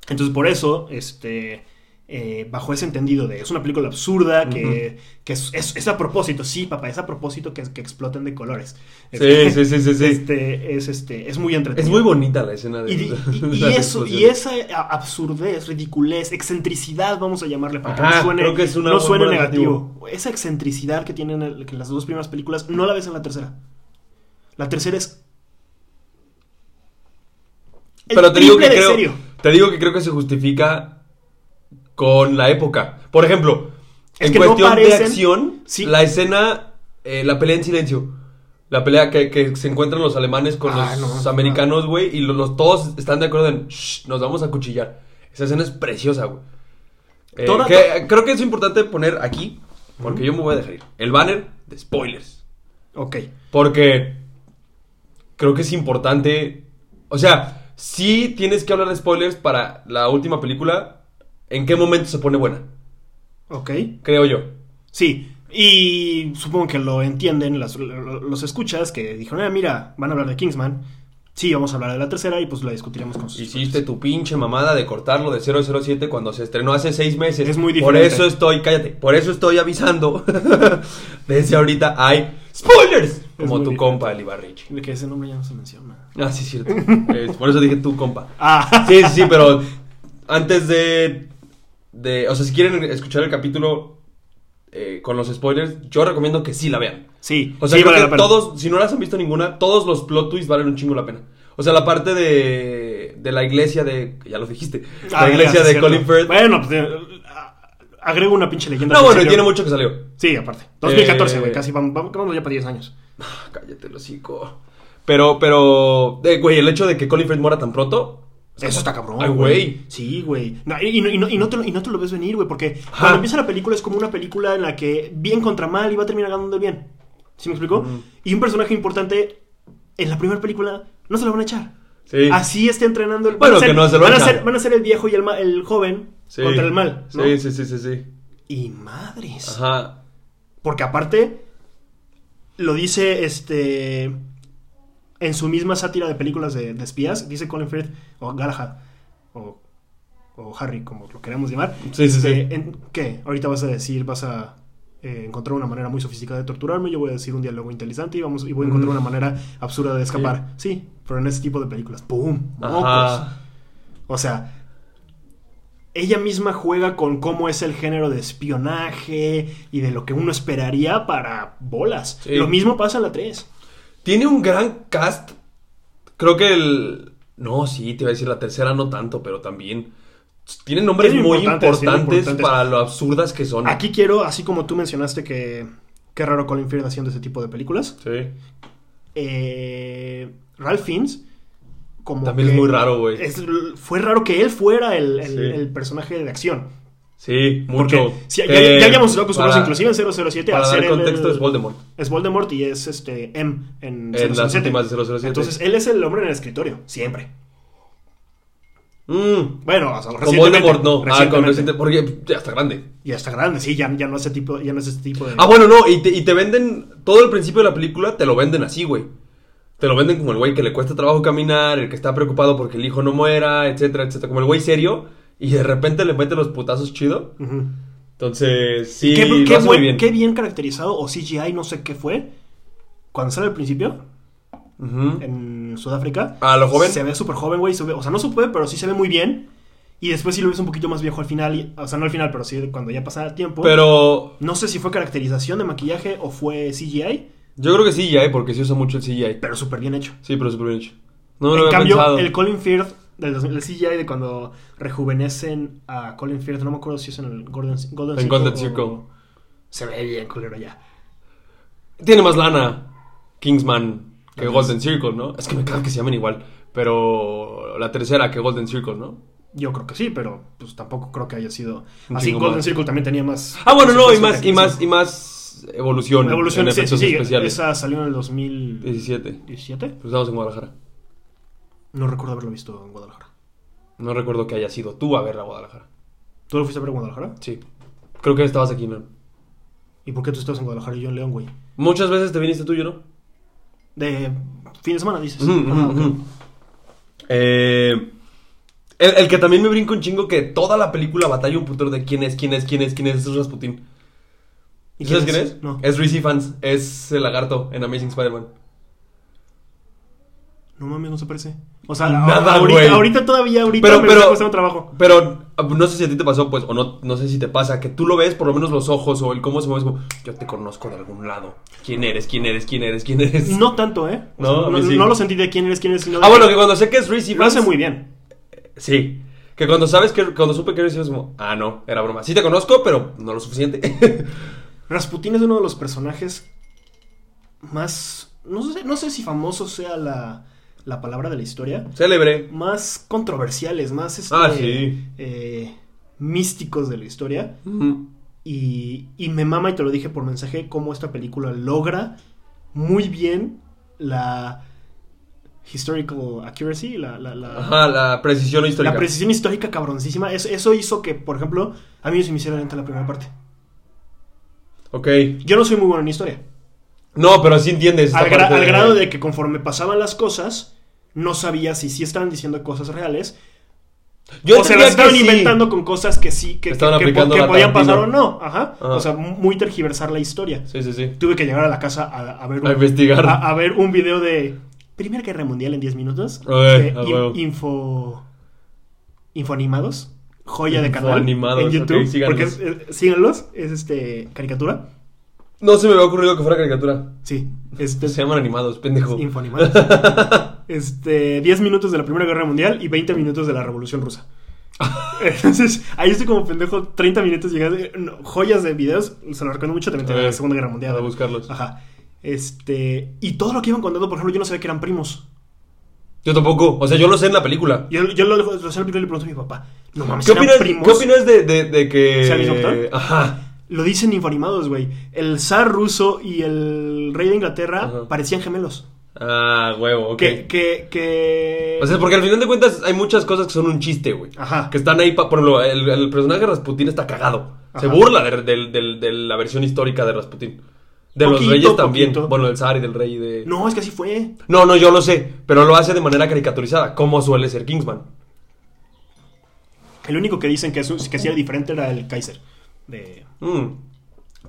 [SPEAKER 1] Entonces, por eso, este. eh, bajo ese entendido de es una película absurda que, que es, es- es a propósito, sí, papá, es a propósito que, que exploten de colores.
[SPEAKER 2] Sí, sí, sí, sí, sí.
[SPEAKER 1] Este, es, este, es muy entretenido.
[SPEAKER 2] Es muy bonita la escena de
[SPEAKER 1] Y, di- y- y
[SPEAKER 2] las
[SPEAKER 1] eso, y
[SPEAKER 2] explosiones.
[SPEAKER 1] esa eh, a- absurdez, ridiculez, excentricidad, vamos a llamarle para que
[SPEAKER 2] Ajá,
[SPEAKER 1] no suene,
[SPEAKER 2] Ah, creo que es una
[SPEAKER 1] no
[SPEAKER 2] bu-
[SPEAKER 1] suene
[SPEAKER 2] buen
[SPEAKER 1] negativo. Esa excentricidad que tienen el- que en las dos primeras películas, no la ves en la tercera. La tercera es. el
[SPEAKER 2] Pero te digo
[SPEAKER 1] triple
[SPEAKER 2] que
[SPEAKER 1] de
[SPEAKER 2] creo,
[SPEAKER 1] serio.
[SPEAKER 2] te digo que creo que se justifica con la época. Por ejemplo,
[SPEAKER 1] Es
[SPEAKER 2] en
[SPEAKER 1] que no
[SPEAKER 2] cuestión de
[SPEAKER 1] parecen-
[SPEAKER 2] acción,
[SPEAKER 1] Sí.
[SPEAKER 2] la escena, eh, la pelea en silencio, la pelea que, que se encuentran los alemanes con
[SPEAKER 1] Ah, no,
[SPEAKER 2] los
[SPEAKER 1] no.
[SPEAKER 2] americanos, güey, y los, los- todos están de acuerdo en, "Shh, nos vamos a cuchillar. Esa escena es preciosa, güey. Eh,
[SPEAKER 1] Toda-
[SPEAKER 2] que- creo que es importante poner aquí, porque yo me voy a dejar ir, el banner de spoilers.
[SPEAKER 1] Ok.
[SPEAKER 2] Porque creo que es importante. O sea, sí tienes que hablar de spoilers para la última película. ¿En qué momento se pone buena?
[SPEAKER 1] Ok.
[SPEAKER 2] Creo yo.
[SPEAKER 1] Sí. Y supongo que lo entienden las- lo- los escuchas que dijeron, ah, mira, van a hablar de Kingsman. Sí, vamos a hablar de la tercera y pues la discutiremos con sus
[SPEAKER 2] Hiciste tu pinche mamada de cortarlo de 007 cuando se estrenó hace seis meses.
[SPEAKER 1] Es muy
[SPEAKER 2] Por
[SPEAKER 1] diferente.
[SPEAKER 2] eso estoy, cállate, por eso estoy avisando. Desde ahorita hay spoilers.
[SPEAKER 1] muy
[SPEAKER 2] Como tu
[SPEAKER 1] diferente.
[SPEAKER 2] compa, el Ibarreche.
[SPEAKER 1] Que ese nombre ya no se menciona.
[SPEAKER 2] Ah, sí, es cierto. Es- por eso dije tu compa.
[SPEAKER 1] Ah,
[SPEAKER 2] Sí, sí, sí, pero antes de, de- O sea, si quieren escuchar el capítulo eh, con los spoilers, yo recomiendo que sí la vean.
[SPEAKER 1] sí.
[SPEAKER 2] O sea,
[SPEAKER 1] sí,
[SPEAKER 2] creo
[SPEAKER 1] vale la
[SPEAKER 2] que
[SPEAKER 1] pena.
[SPEAKER 2] todos, si no las han visto ninguna, todos los plot twists valen un chingo la pena. O sea, la parte de, de la iglesia de. Ya lo dijiste.
[SPEAKER 1] Ah,
[SPEAKER 2] la
[SPEAKER 1] ya,
[SPEAKER 2] iglesia
[SPEAKER 1] sí,
[SPEAKER 2] de
[SPEAKER 1] cierto.
[SPEAKER 2] Colin Firth.
[SPEAKER 1] Bueno, pues eh, a- agrego una pinche leyenda.
[SPEAKER 2] no,
[SPEAKER 1] al
[SPEAKER 2] bueno, y
[SPEAKER 1] principio.
[SPEAKER 2] tiene mucho que salió.
[SPEAKER 1] Sí, aparte. 2014,
[SPEAKER 2] Eh,
[SPEAKER 1] güey, casi vamos, vamos, vamos ya para 10 años.
[SPEAKER 2] Ah, cállate, el hocico. Pero, pero. eh, güey, el hecho de que Colin Firth muera tan pronto.
[SPEAKER 1] Eso está cabrón.
[SPEAKER 2] Ay, güey.
[SPEAKER 1] Sí, güey. No, y, y no- y no, y no te lo, y no te lo ves venir, güey, porque
[SPEAKER 2] Ajá.
[SPEAKER 1] cuando empieza la película es como una película en la que bien contra mal y va a terminar ganando el bien. ¿Sí me explico?
[SPEAKER 2] Mm.
[SPEAKER 1] Y un personaje importante en la primera película no se lo van a echar.
[SPEAKER 2] Sí.
[SPEAKER 1] Así está entrenando el
[SPEAKER 2] Bueno,
[SPEAKER 1] van a
[SPEAKER 2] que no se lo
[SPEAKER 1] van a
[SPEAKER 2] echan.
[SPEAKER 1] ser, van a ser el viejo y el, ma- el joven
[SPEAKER 2] Sí.
[SPEAKER 1] contra el mal. ¿no?
[SPEAKER 2] Sí, sí, sí, sí, sí.
[SPEAKER 1] Y madres.
[SPEAKER 2] Ajá.
[SPEAKER 1] Porque aparte, lo dice este. En su misma sátira de películas de, de espías, dice Colin Firth o Galahad o, o Harry, como lo queramos llamar.
[SPEAKER 2] Sí, sí,
[SPEAKER 1] este,
[SPEAKER 2] sí.
[SPEAKER 1] en- ¿Qué? Ahorita vas a decir, vas a eh, encontrar una manera muy sofisticada de torturarme. Yo voy a decir un diálogo inteligente y, vamos, y voy a encontrar
[SPEAKER 2] Mm.
[SPEAKER 1] una manera absurda de escapar. Sí, pero en ese tipo de películas. ¡Pum! ¡Mocos!
[SPEAKER 2] Ajá.
[SPEAKER 1] O sea, ella misma juega con cómo es el género de espionaje y de lo que uno esperaría para bolas.
[SPEAKER 2] Sí.
[SPEAKER 1] Lo mismo pasa en la 3.
[SPEAKER 2] Tiene un gran cast. Creo que el. No, sí, te iba a decir la tercera, no tanto, pero también. Tiene nombres
[SPEAKER 1] Tiene
[SPEAKER 2] muy
[SPEAKER 1] importantes,
[SPEAKER 2] importantes,
[SPEAKER 1] tiene importantes.
[SPEAKER 2] para lo absurdas que son.
[SPEAKER 1] Aquí quiero, así como tú mencionaste que qué raro Colin Firth haciendo ese tipo de películas,
[SPEAKER 2] Sí.
[SPEAKER 1] eh, Ralph Fiennes como
[SPEAKER 2] También
[SPEAKER 1] que
[SPEAKER 2] es muy raro, güey.
[SPEAKER 1] es- fue raro que él fuera el, el-
[SPEAKER 2] Sí.
[SPEAKER 1] el personaje de acción.
[SPEAKER 2] Sí, mucho. Eh,
[SPEAKER 1] Porque si- ya, ya- ya habíamos hablado acostumbrados inclusive en 007 a
[SPEAKER 2] Para
[SPEAKER 1] hacer
[SPEAKER 2] dar
[SPEAKER 1] el-
[SPEAKER 2] contexto es Voldemort.
[SPEAKER 1] Es Voldemort y es este M en,
[SPEAKER 2] En las
[SPEAKER 1] 007.
[SPEAKER 2] últimas de 007.
[SPEAKER 1] Entonces él es el hombre en el escritorio, siempre.
[SPEAKER 2] Mm,
[SPEAKER 1] Bueno, o sea,
[SPEAKER 2] con Voldemort
[SPEAKER 1] recientemente,
[SPEAKER 2] no. Ah, con
[SPEAKER 1] recientemente.
[SPEAKER 2] reciente. Porque ya está grande.
[SPEAKER 1] Y está grande, sí, ya, ya no ese tipo, ya no es ese tipo de.
[SPEAKER 2] Ah, bueno, no. Y te, y te venden. Todo el principio de la película te lo venden así, güey. Te lo venden como el güey que le cuesta trabajo caminar, el que está preocupado porque el hijo no muera, etcétera, etcétera. Como el güey serio. Y de repente le mete los putazos chido.
[SPEAKER 1] Ujú.
[SPEAKER 2] Entonces, sí,
[SPEAKER 1] qué,
[SPEAKER 2] lo
[SPEAKER 1] qué
[SPEAKER 2] hace muy
[SPEAKER 1] buen-
[SPEAKER 2] bien.
[SPEAKER 1] qué bien caracterizado, o CGI, no sé qué fue. Cuando sale al principio,
[SPEAKER 2] Ujú.
[SPEAKER 1] en Sudáfrica.
[SPEAKER 2] Ah, lo joven.
[SPEAKER 1] Se ve súper joven, güey. se ve- O sea, no se puede, pero sí se ve muy bien. Y después sí lo ves un poquito más viejo al final. y- o sea, no al final, pero sí cuando ya pasa el tiempo.
[SPEAKER 2] Pero
[SPEAKER 1] No sé si fue caracterización de maquillaje o fue CGI,
[SPEAKER 2] yo creo que sí, ya, eh, porque sí usa mucho el CGI.
[SPEAKER 1] pero súper bien hecho.
[SPEAKER 2] Sí, pero super bien hecho. No me
[SPEAKER 1] en
[SPEAKER 2] lo había
[SPEAKER 1] cambio,
[SPEAKER 2] pensado.
[SPEAKER 1] el Colin Firth, del, dos- el CGI de cuando rejuvenecen a Colin Firth, no me acuerdo si es en el Golden, Golden
[SPEAKER 2] En Golden
[SPEAKER 1] o-
[SPEAKER 2] Circle.
[SPEAKER 1] Se ve bien culero ya.
[SPEAKER 2] Tiene más lana Kingsman que
[SPEAKER 1] Entonces-
[SPEAKER 2] Golden Circle, ¿no? Es que me caga que se llamen igual. Pero la tercera que Golden Circle, ¿no?
[SPEAKER 1] Yo creo que sí, pero pues tampoco creo que haya sido.
[SPEAKER 2] Un
[SPEAKER 1] Así
[SPEAKER 2] chingo
[SPEAKER 1] Golden
[SPEAKER 2] más.
[SPEAKER 1] Circle también tenía más.
[SPEAKER 2] Ah, bueno, no, y
[SPEAKER 1] presupuesto
[SPEAKER 2] más,
[SPEAKER 1] que
[SPEAKER 2] y más,
[SPEAKER 1] esa.
[SPEAKER 2] y más evolución,
[SPEAKER 1] pues, Evolución,
[SPEAKER 2] en
[SPEAKER 1] sí,
[SPEAKER 2] efectos
[SPEAKER 1] sí, sí,
[SPEAKER 2] especiales.
[SPEAKER 1] Esa salió en el 2017.
[SPEAKER 2] 17. Pues estamos en Guadalajara.
[SPEAKER 1] No recuerdo haberlo visto en Guadalajara.
[SPEAKER 2] No recuerdo que haya sido tú a ver a Guadalajara.
[SPEAKER 1] ¿Tú lo fuiste a ver en Guadalajara?
[SPEAKER 2] Sí. Creo que estabas aquí, ¿no?
[SPEAKER 1] ¿Y por qué tú estabas en Guadalajara y yo en León, güey?
[SPEAKER 2] Muchas veces te viniste tú, yo no.
[SPEAKER 1] De fin de semana, dices.
[SPEAKER 2] Ujú, ujú,
[SPEAKER 1] Ah, ok.
[SPEAKER 2] ujú. Eh, el, el que también me brinca un chingo que toda la película batalla un putero de quién es, quién es, quién es, quién es, es Rasputin.
[SPEAKER 1] ¿Y
[SPEAKER 2] ¿Sabes quién es?
[SPEAKER 1] No.
[SPEAKER 2] Es Reese Fans, es el lagarto en Amazing Spider-Man.
[SPEAKER 1] No mames, no se parece. O sea,
[SPEAKER 2] Nada,
[SPEAKER 1] ahorita,
[SPEAKER 2] güey.
[SPEAKER 1] ahorita todavía, ahorita
[SPEAKER 2] Pero,
[SPEAKER 1] me
[SPEAKER 2] pero-
[SPEAKER 1] está costando trabajo.
[SPEAKER 2] Pero ah, no sé si a ti te pasó, pues, o no, no sé si te pasa, que tú lo ves, por lo menos los ojos o el cómo se mueve, es como, yo te conozco de algún lado. ¿Quién eres? ¿Quién eres? ¿Quién eres? ¿Quién eres?
[SPEAKER 1] No tanto, ¿eh? O
[SPEAKER 2] No,
[SPEAKER 1] sea,
[SPEAKER 2] a
[SPEAKER 1] no,
[SPEAKER 2] mí sí.
[SPEAKER 1] no lo sentí de quién eres, quién eres. sino de-
[SPEAKER 2] Ah, bueno, que cuando sé que es Reese
[SPEAKER 1] Lo
[SPEAKER 2] Ifans-
[SPEAKER 1] hace muy bien.
[SPEAKER 2] Sí. Que cuando sabes que, cuando supe que eres, es como, ah, no, era broma. Sí te conozco, pero no lo suficiente.
[SPEAKER 1] Rasputin es uno de los personajes más. No sé, no sé si famoso sea la, la palabra de la historia.
[SPEAKER 2] Célebre.
[SPEAKER 1] Más controversiales, más este,
[SPEAKER 2] Ah, sí.
[SPEAKER 1] eh, místicos de la historia. Mm. Y, y me mama, y te lo dije por mensaje, cómo esta película logra muy bien la historical accuracy, la, la, la-
[SPEAKER 2] Ajá, la precisión histórica.
[SPEAKER 1] la precisión histórica cabroncísima. Eso, eso hizo que, por ejemplo, a mí se me hiciera lenta la primera parte.
[SPEAKER 2] ok.
[SPEAKER 1] Yo no soy muy bueno en historia.
[SPEAKER 2] No, pero sí entiendes. esta
[SPEAKER 1] Al, gra-
[SPEAKER 2] parte
[SPEAKER 1] al grado de que conforme pasaban las cosas, no sabía si sí estaban diciendo cosas reales
[SPEAKER 2] Yo
[SPEAKER 1] o se
[SPEAKER 2] diría
[SPEAKER 1] las estaban
[SPEAKER 2] que sí.
[SPEAKER 1] inventando con cosas que sí, que,
[SPEAKER 2] Estaban
[SPEAKER 1] que- que-
[SPEAKER 2] aplicando
[SPEAKER 1] que
[SPEAKER 2] la
[SPEAKER 1] podían pasar o
[SPEAKER 2] Tarantino.
[SPEAKER 1] no. Ajá.
[SPEAKER 2] Ajá.
[SPEAKER 1] O sea, muy tergiversar la historia.
[SPEAKER 2] Sí, sí, sí.
[SPEAKER 1] Tuve que llegar a la casa a, a ver
[SPEAKER 2] A investigar.
[SPEAKER 1] a, a ver un video de Primera Guerra Mundial en 10 minutos.
[SPEAKER 2] Ay,
[SPEAKER 1] Este,
[SPEAKER 2] Eh, a
[SPEAKER 1] in-
[SPEAKER 2] huevo.
[SPEAKER 1] info Infoanimados. Joya de canal
[SPEAKER 2] Infoanimados,
[SPEAKER 1] en YouTube.
[SPEAKER 2] ok, síganlos.
[SPEAKER 1] Porque es- es- síganlos. Es este caricatura.
[SPEAKER 2] No se me había ocurrido que fuera caricatura.
[SPEAKER 1] Sí. Este,
[SPEAKER 2] Se llaman animados, pendejo.
[SPEAKER 1] Infoanimados. este, 10 minutos de la Primera Guerra Mundial y 20 minutos de la Revolución Rusa. Entonces, ahí estoy como pendejo, 30 minutos llegando. eh, no, joyas de videos, se lo recomiendo mucho también
[SPEAKER 2] A
[SPEAKER 1] de la
[SPEAKER 2] ver,
[SPEAKER 1] Segunda Guerra Mundial.
[SPEAKER 2] para buscarlos.
[SPEAKER 1] Ajá. Este, y todo lo que iban contando, por ejemplo, yo no sabía que eran primos.
[SPEAKER 2] Yo tampoco. O sea, yo lo sé en la película.
[SPEAKER 1] Yo, yo lo, lo sé en la película y le pregunto a mi papá. No mames,
[SPEAKER 2] ¿Qué
[SPEAKER 1] ¿eran
[SPEAKER 2] opinas,
[SPEAKER 1] primos?
[SPEAKER 2] ¿Qué opinas de, de, de que.
[SPEAKER 1] ¿Sea el mismo actor?
[SPEAKER 2] Ajá.
[SPEAKER 1] Lo dicen informados, güey. El zar ruso y el rey de Inglaterra
[SPEAKER 2] Ajá.
[SPEAKER 1] parecían gemelos.
[SPEAKER 2] Ah, huevo, ok.
[SPEAKER 1] Que, que, que...
[SPEAKER 2] O sea, porque al final de cuentas hay muchas cosas que son un chiste, güey.
[SPEAKER 1] Ajá.
[SPEAKER 2] Que están ahí, pa- por ejemplo, el, el personaje de Rasputín está cagado. Se
[SPEAKER 1] Ajá.
[SPEAKER 2] burla de, de- de- de la versión histórica de Rasputín. De los
[SPEAKER 1] Poquito,
[SPEAKER 2] reyes también.
[SPEAKER 1] poquito.
[SPEAKER 2] Bueno, del zar y del rey de...
[SPEAKER 1] No, es que así fue.
[SPEAKER 2] no, no, yo lo sé, pero lo hace de manera caricaturizada, como suele ser Kingsman.
[SPEAKER 1] El único que dicen que, su- que sí era diferente era el Kaiser. de-
[SPEAKER 2] Mm.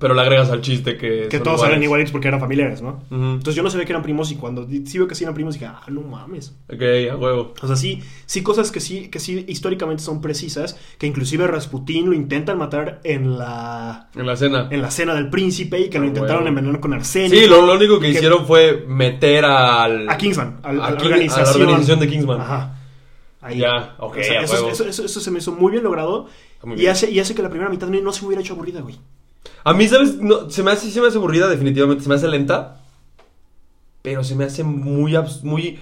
[SPEAKER 2] Pero le agregas al chiste que...
[SPEAKER 1] que
[SPEAKER 2] son
[SPEAKER 1] todos
[SPEAKER 2] iguales.
[SPEAKER 1] eran iguales porque eran familiares, ¿no?
[SPEAKER 2] Ujú.
[SPEAKER 1] Entonces yo no sabía que eran primos y cuando di- sí veo que sí eran primos dije, ah, no mames.
[SPEAKER 2] Ok, a huevo.
[SPEAKER 1] O sea, sí, sí cosas que sí, que sí históricamente son precisas, que inclusive Rasputín lo intentan matar en la,
[SPEAKER 2] En la cena.
[SPEAKER 1] en la cena del príncipe y que lo
[SPEAKER 2] Ah,
[SPEAKER 1] intentaron
[SPEAKER 2] huevo.
[SPEAKER 1] envenenar con arsénico.
[SPEAKER 2] Sí, lo, lo único que,
[SPEAKER 1] Que-
[SPEAKER 2] hicieron fue meter al...
[SPEAKER 1] A Kingsman, al-
[SPEAKER 2] A
[SPEAKER 1] a, la
[SPEAKER 2] King- a la
[SPEAKER 1] organización.
[SPEAKER 2] organización de Kingsman.
[SPEAKER 1] Ajá. Ahí.
[SPEAKER 2] Ya, ok,
[SPEAKER 1] O sea,
[SPEAKER 2] a
[SPEAKER 1] eso,
[SPEAKER 2] huevo.
[SPEAKER 1] eso- eso- eso se me hizo muy bien logrado
[SPEAKER 2] Muy
[SPEAKER 1] Y,
[SPEAKER 2] bien.
[SPEAKER 1] hace, y hace que la primera mitad no, no se me hubiera hecho aburrida, güey.
[SPEAKER 2] A mí, ¿sabes? No, se, me hace, se me hace aburrida, definitivamente. Se me hace lenta. Pero se me hace muy. abs- muy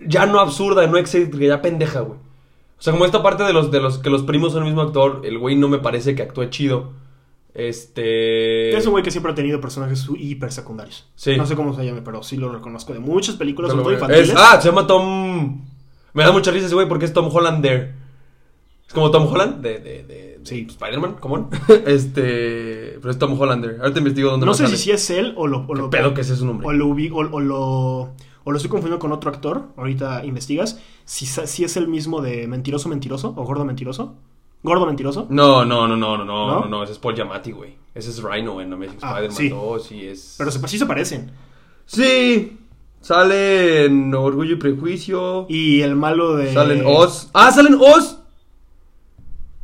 [SPEAKER 2] ya no absurda, no excéntrica, ya pendeja, güey. O sea, como esta parte de los, de los que los primos son el mismo actor, el güey no me parece que actúe chido. Este.
[SPEAKER 1] Es un güey que siempre ha tenido personajes su- hiper secundarios.
[SPEAKER 2] Sí.
[SPEAKER 1] No sé cómo se llame, pero sí lo reconozco de muchas películas,
[SPEAKER 2] Pero,
[SPEAKER 1] sobre todo
[SPEAKER 2] güey,
[SPEAKER 1] infantiles.
[SPEAKER 2] es- ah, se llama Tom. Me da mucha risa ese güey porque es Tom Hollander. Es como Tom Holland de, de, de, de
[SPEAKER 1] Sí.
[SPEAKER 2] Spider-Man, come on. este. Pero es Tom Hollander. Ahorita investigo dónde
[SPEAKER 1] no
[SPEAKER 2] más
[SPEAKER 1] sé
[SPEAKER 2] sale.
[SPEAKER 1] si sí es él o lo. O
[SPEAKER 2] Qué
[SPEAKER 1] lo
[SPEAKER 2] pedo que ese es su nombre.
[SPEAKER 1] O lo, ubi- o, o lo, o lo estoy confundiendo con otro actor. Ahorita investigas. Si, sa- si es el mismo de Mentiroso Mentiroso o Gordo Mentiroso. Gordo Mentiroso.
[SPEAKER 2] No, no, no, no, no, no,
[SPEAKER 1] ¿No?
[SPEAKER 2] no, no, ese es Paul Giamatti, güey. Ese es Rhino en Amazing
[SPEAKER 1] Ah,
[SPEAKER 2] Spider-Man
[SPEAKER 1] sí.
[SPEAKER 2] 2 y es...
[SPEAKER 1] Pero se- sí se parecen.
[SPEAKER 2] Sí, sale en Orgullo y Prejuicio,
[SPEAKER 1] Y pues, el malo de.
[SPEAKER 2] salen Oz. ¡Ah, salen Oz!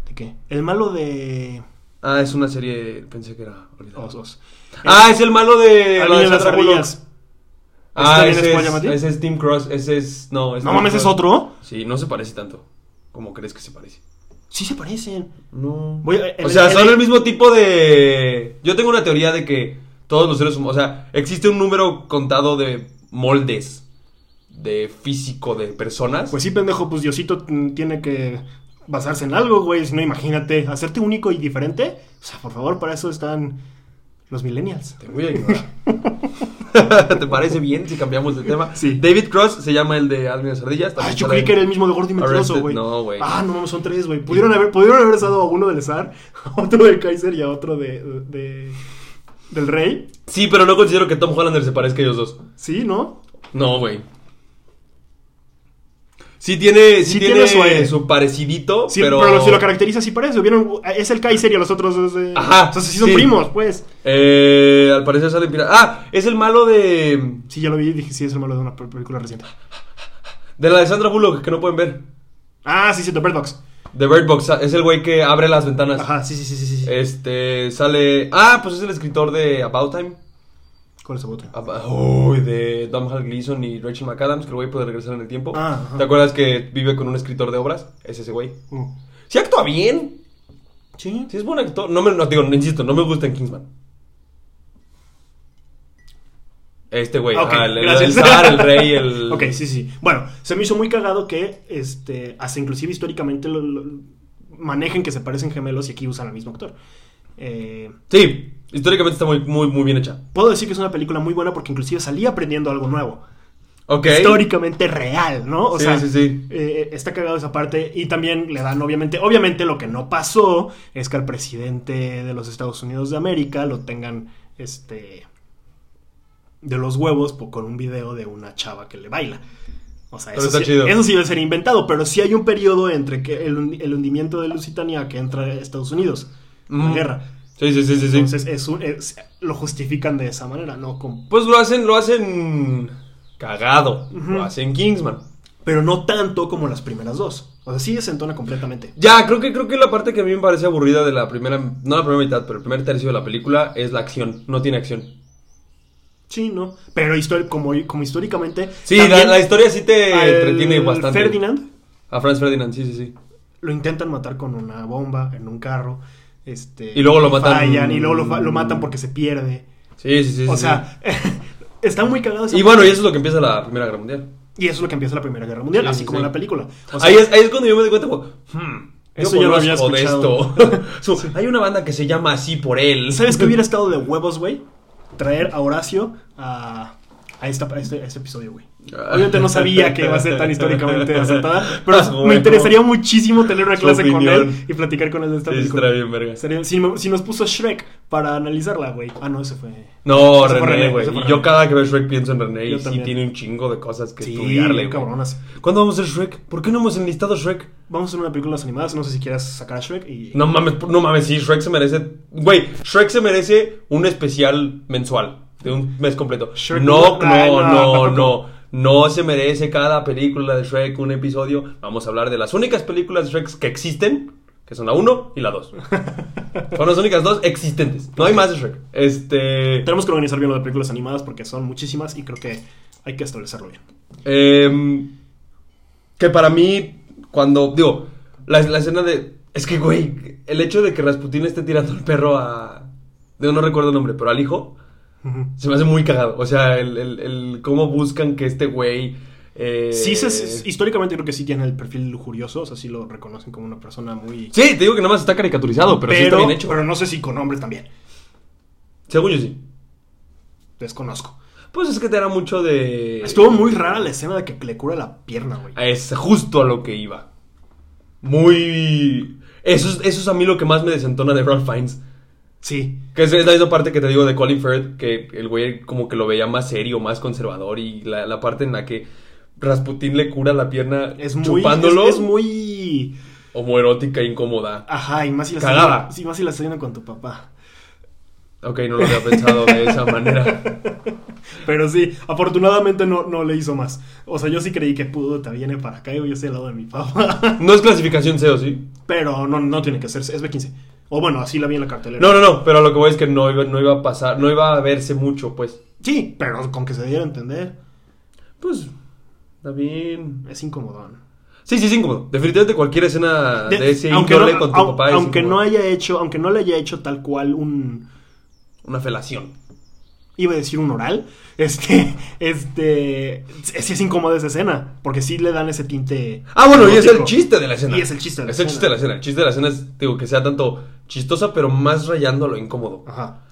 [SPEAKER 1] ¿De qué? El malo de.
[SPEAKER 2] Ah, es una serie, pensé que era... olvidada.
[SPEAKER 1] Os, os.
[SPEAKER 2] Ah, es el malo de...
[SPEAKER 1] Alguien en las
[SPEAKER 2] Sandra Bullock.
[SPEAKER 1] ardillas.
[SPEAKER 2] Ah,
[SPEAKER 1] también es
[SPEAKER 2] ese
[SPEAKER 1] Paul
[SPEAKER 2] es,
[SPEAKER 1] Giamatti?
[SPEAKER 2] ese es Tim Cross, ese es... No, es
[SPEAKER 1] No
[SPEAKER 2] Tim
[SPEAKER 1] mames, es
[SPEAKER 2] Cross.
[SPEAKER 1] otro.
[SPEAKER 2] Sí, no se parece tanto como crees que se parece.
[SPEAKER 1] Sí se parecen.
[SPEAKER 2] No.
[SPEAKER 1] Voy a-
[SPEAKER 2] o
[SPEAKER 1] el-
[SPEAKER 2] sea,
[SPEAKER 1] el-
[SPEAKER 2] son el mismo tipo de. Yo tengo una teoría de que todos los seres humanos. O sea, existe un número contado de moldes de físico de personas.
[SPEAKER 1] Pues sí, pendejo, pues Diosito mm, tiene que basarse en algo, güey. Si no, imagínate, hacerte único y diferente. O sea, por favor, para eso están los millennials.
[SPEAKER 2] Te voy a ignorar. ¿Te parece bien si cambiamos de tema?
[SPEAKER 1] Sí.
[SPEAKER 2] David Cross se llama el de Alvin y las Ardillas.
[SPEAKER 1] Ah,
[SPEAKER 2] también
[SPEAKER 1] yo
[SPEAKER 2] sale
[SPEAKER 1] creí
[SPEAKER 2] en-
[SPEAKER 1] que era el mismo de Gordy Mentiroso,
[SPEAKER 2] Arrested.
[SPEAKER 1] güey.
[SPEAKER 2] No, güey.
[SPEAKER 1] Ah, no, mames, son tres, güey. Pudieron haber, pudieron haber usado a uno del SAR, a otro del Kaiser y a otro de, de- del Rey.
[SPEAKER 2] Sí, pero no considero que Tom Hollander se parezca a ellos dos.
[SPEAKER 1] Sí, ¿no?
[SPEAKER 2] No, güey. Sí tiene, sí
[SPEAKER 1] Sí
[SPEAKER 2] tiene,
[SPEAKER 1] tiene su aire.
[SPEAKER 2] su parecidito,
[SPEAKER 1] Sí, pero...
[SPEAKER 2] pero...
[SPEAKER 1] si lo caracteriza sí parece. Hubieron, es el Kaiser y a los otros dos. eh,
[SPEAKER 2] Ajá,
[SPEAKER 1] Entonces sí son
[SPEAKER 2] sí.
[SPEAKER 1] primos, pues.
[SPEAKER 2] Eh, al parecer sale en pirata. Ah, es el malo de.
[SPEAKER 1] Sí, ya lo vi y dije, sí, es el malo de una pe- película reciente.
[SPEAKER 2] De la de Sandra Bullock, que no pueden ver.
[SPEAKER 1] Ah, sí, sí, The Bird Box.
[SPEAKER 2] De Bird Box, ah, es el güey que abre las ventanas.
[SPEAKER 1] Ajá, sí, sí, sí, sí. sí.
[SPEAKER 2] Este, sale. Ah, pues es el escritor de About Time.
[SPEAKER 1] ¿Cuál es el botón?
[SPEAKER 2] Ab- Uy, de Domhnall Gleeson y Rachel McAdams, que el güey puede regresar en el tiempo.
[SPEAKER 1] Ah, ajá.
[SPEAKER 2] ¿Te acuerdas que vive con un escritor de obras? Es ese güey.
[SPEAKER 1] Mm.
[SPEAKER 2] Sí actúa bien.
[SPEAKER 1] Sí.
[SPEAKER 2] Sí es buen actor. No me, no, digo, insisto, no me gusta en Kingsman. Este güey,
[SPEAKER 1] Ah, ok,
[SPEAKER 2] ajá, el, el-
[SPEAKER 1] gracias.
[SPEAKER 2] el zar, el rey, el.
[SPEAKER 1] Ok, sí, sí. Bueno, se me hizo muy cagado que, este, hasta inclusive históricamente lo- lo- manejen que se parecen gemelos y aquí usan al mismo actor. Eh,
[SPEAKER 2] Sí, históricamente está muy, muy, muy bien hecha.
[SPEAKER 1] puedo decir que es una película muy buena porque inclusive salí aprendiendo algo nuevo.
[SPEAKER 2] Ok.
[SPEAKER 1] Históricamente real, ¿no? O
[SPEAKER 2] Sí,
[SPEAKER 1] sea,
[SPEAKER 2] sí, sí.
[SPEAKER 1] eh, está cagado esa parte y también le dan, obviamente, obviamente lo que no pasó es que al presidente de los Estados Unidos de América lo tengan, este, de los huevos po- con un video de una chava que le baila. O sea,
[SPEAKER 2] Pero
[SPEAKER 1] eso,
[SPEAKER 2] está
[SPEAKER 1] sí,
[SPEAKER 2] chido.
[SPEAKER 1] eso sí debe ser inventado, pero sí hay un periodo entre que el, hun- el hundimiento de Lusitania que entra a Estados Unidos,
[SPEAKER 2] Mm.
[SPEAKER 1] la guerra.
[SPEAKER 2] Sí, sí, sí, sí. sí.
[SPEAKER 1] Entonces es un- es- lo justifican de esa manera, no con
[SPEAKER 2] pues lo hacen, lo hacen cagado.
[SPEAKER 1] Ujú.
[SPEAKER 2] Lo hacen Kingsman.
[SPEAKER 1] pero no tanto como las primeras dos. O sea, sí desentona completamente.
[SPEAKER 2] Ya, creo que creo que la parte que a mí me parece aburrida de la primera, no la primera mitad, pero el primer tercio de la película es la acción. No tiene acción.
[SPEAKER 1] Sí, ¿no? Pero histori- como, como históricamente...
[SPEAKER 2] Sí, la,
[SPEAKER 1] también
[SPEAKER 2] la historia sí te
[SPEAKER 1] al
[SPEAKER 2] entretiene bastante.
[SPEAKER 1] Ferdinand
[SPEAKER 2] A Franz Ferdinand, sí, sí, sí.
[SPEAKER 1] lo intentan matar con una bomba en un carro. Este,
[SPEAKER 2] Y luego lo matan-
[SPEAKER 1] fallan, y luego lo, fa- lo matan porque se pierde.
[SPEAKER 2] Sí, sí, sí.
[SPEAKER 1] o
[SPEAKER 2] sí, sí.
[SPEAKER 1] sea, está muy cagado. esa
[SPEAKER 2] Y bueno, y
[SPEAKER 1] parte.
[SPEAKER 2] eso es lo que empieza la Primera Guerra Mundial.
[SPEAKER 1] Y eso es lo que empieza la Primera Guerra Mundial,
[SPEAKER 2] Sí,
[SPEAKER 1] así
[SPEAKER 2] sí,
[SPEAKER 1] como
[SPEAKER 2] sí.
[SPEAKER 1] en la película. O sea,
[SPEAKER 2] ahí, es, ahí es cuando yo me di cuenta, como, hmm,
[SPEAKER 1] Eso
[SPEAKER 2] yo
[SPEAKER 1] ya lo había
[SPEAKER 2] conozco de
[SPEAKER 1] escuchado.
[SPEAKER 2] esto. So, Hay una banda que se llama así por él.
[SPEAKER 1] ¿Sabes qué hubiera estado de huevos, güey? Traer a Horacio a, a, esta- a este, a este episodio, güey. Obviamente no sabía que iba a ser tan históricamente acertada, pero
[SPEAKER 2] Ah,
[SPEAKER 1] me
[SPEAKER 2] bueno.
[SPEAKER 1] interesaría muchísimo tener una
[SPEAKER 2] Su
[SPEAKER 1] clase con
[SPEAKER 2] opinión.
[SPEAKER 1] él y platicar con él de esta
[SPEAKER 2] Sí,
[SPEAKER 1] película.
[SPEAKER 2] estaría bien verga.
[SPEAKER 1] Sería- si, me- si nos puso Shrek para analizarla, güey. Ah, no, ese fue.
[SPEAKER 2] No,
[SPEAKER 1] Ese fue
[SPEAKER 2] René,
[SPEAKER 1] René,
[SPEAKER 2] güey.
[SPEAKER 1] ese fue
[SPEAKER 2] Y yo
[SPEAKER 1] René.
[SPEAKER 2] cada que veo Shrek pienso en René
[SPEAKER 1] Yo
[SPEAKER 2] y sí
[SPEAKER 1] también.
[SPEAKER 2] tiene un chingo de cosas que
[SPEAKER 1] Sí,
[SPEAKER 2] estudiarle, güey.
[SPEAKER 1] cabronas.
[SPEAKER 2] ¿Cuándo vamos a hacer Shrek? ¿Por qué no hemos enlistado Shrek?
[SPEAKER 1] Vamos a hacer una película de las animadas, no sé si quieras sacar a Shrek y.
[SPEAKER 2] No mames, no mames, sí, Shrek se merece. Güey, Shrek se merece un especial mensual de un mes completo.
[SPEAKER 1] Shrek no-
[SPEAKER 2] no,
[SPEAKER 1] ay,
[SPEAKER 2] no,
[SPEAKER 1] no,
[SPEAKER 2] no,
[SPEAKER 1] tampoco.
[SPEAKER 2] no. No se merece cada película de Shrek un episodio. Vamos a hablar de las únicas películas de Shrek que existen, que son la 1 y la 2. son las únicas dos existentes. No hay más de Shrek. Este.
[SPEAKER 1] Tenemos que organizar bien las películas animadas porque son muchísimas y creo que hay que establecerlo bien.
[SPEAKER 2] Em, que para mí, cuando. Digo, la, la escena de. Es que, güey, el hecho de que Rasputin esté tirando el perro a. Digo, no recuerdo el nombre, pero al hijo.
[SPEAKER 1] Ujú.
[SPEAKER 2] Se me hace muy cagado. O sea, el, el- el cómo buscan que este güey. Eh,
[SPEAKER 1] Sí, se- se- históricamente creo que sí tiene el perfil lujurioso, o sea, sí lo reconocen como una persona muy...
[SPEAKER 2] Sí, te digo que nada más está caricaturizado, pero, sí está bien hecho.
[SPEAKER 1] pero no sé si con hombres también,
[SPEAKER 2] Según yo sí.
[SPEAKER 1] desconozco.
[SPEAKER 2] Pues es que te era mucho de.
[SPEAKER 1] Estuvo muy rara la escena de que le cura la pierna, güey.
[SPEAKER 2] Es justo a lo que iba. Muy. Eso es, eso es a mí lo que más me desentona de Ralph Fiennes.
[SPEAKER 1] Sí.
[SPEAKER 2] Que es, es la misma parte que te digo de Colin Firth, que el güey como que lo veía más serio, más conservador. Y la, la parte en la que Rasputin le cura la pierna
[SPEAKER 1] Es muy...
[SPEAKER 2] chupándolo.
[SPEAKER 1] Es, es muy...
[SPEAKER 2] Homoerótica, e incómoda.
[SPEAKER 1] Ajá, y más si la
[SPEAKER 2] Cagada.
[SPEAKER 1] estás- Sí, más si la estás viendo con tu papá.
[SPEAKER 2] Ok, no lo había pensado de esa manera.
[SPEAKER 1] Pero sí, afortunadamente no, no le hizo más. O sea, yo sí creí que pudo, te viene para acá y yo estoy al lado de mi papá.
[SPEAKER 2] No es clasificación C o sí.
[SPEAKER 1] Pero no, no tiene que hacerse, es B15. O bueno, así la vi en la cartelera.
[SPEAKER 2] No, no, no, pero lo que voy es que no iba, no iba a pasar, no iba a verse mucho, pues.
[SPEAKER 1] Sí, pero con que se diera a entender,
[SPEAKER 2] Pues, está bien.
[SPEAKER 1] es incomodón.
[SPEAKER 2] Sí, sí, es incómodo. Definitivamente cualquier escena de,
[SPEAKER 1] De-
[SPEAKER 2] ese
[SPEAKER 1] aunque
[SPEAKER 2] índole
[SPEAKER 1] no,
[SPEAKER 2] con tu
[SPEAKER 1] au-
[SPEAKER 2] papá es
[SPEAKER 1] aunque no
[SPEAKER 2] incómoda.
[SPEAKER 1] haya hecho, aunque no le haya hecho tal cual un
[SPEAKER 2] Una felación.
[SPEAKER 1] iba a decir un oral, este, este, sí es incómoda esa escena, porque sí le dan ese tinte.
[SPEAKER 2] Ah, bueno, y es el
[SPEAKER 1] erótico.
[SPEAKER 2] chiste de la escena.
[SPEAKER 1] Y es el chiste de la
[SPEAKER 2] Es el
[SPEAKER 1] escena.
[SPEAKER 2] chiste de la escena. El chiste de la escena es, digo, que sea tanto chistosa, pero más rayando a lo incómodo.
[SPEAKER 1] Ajá.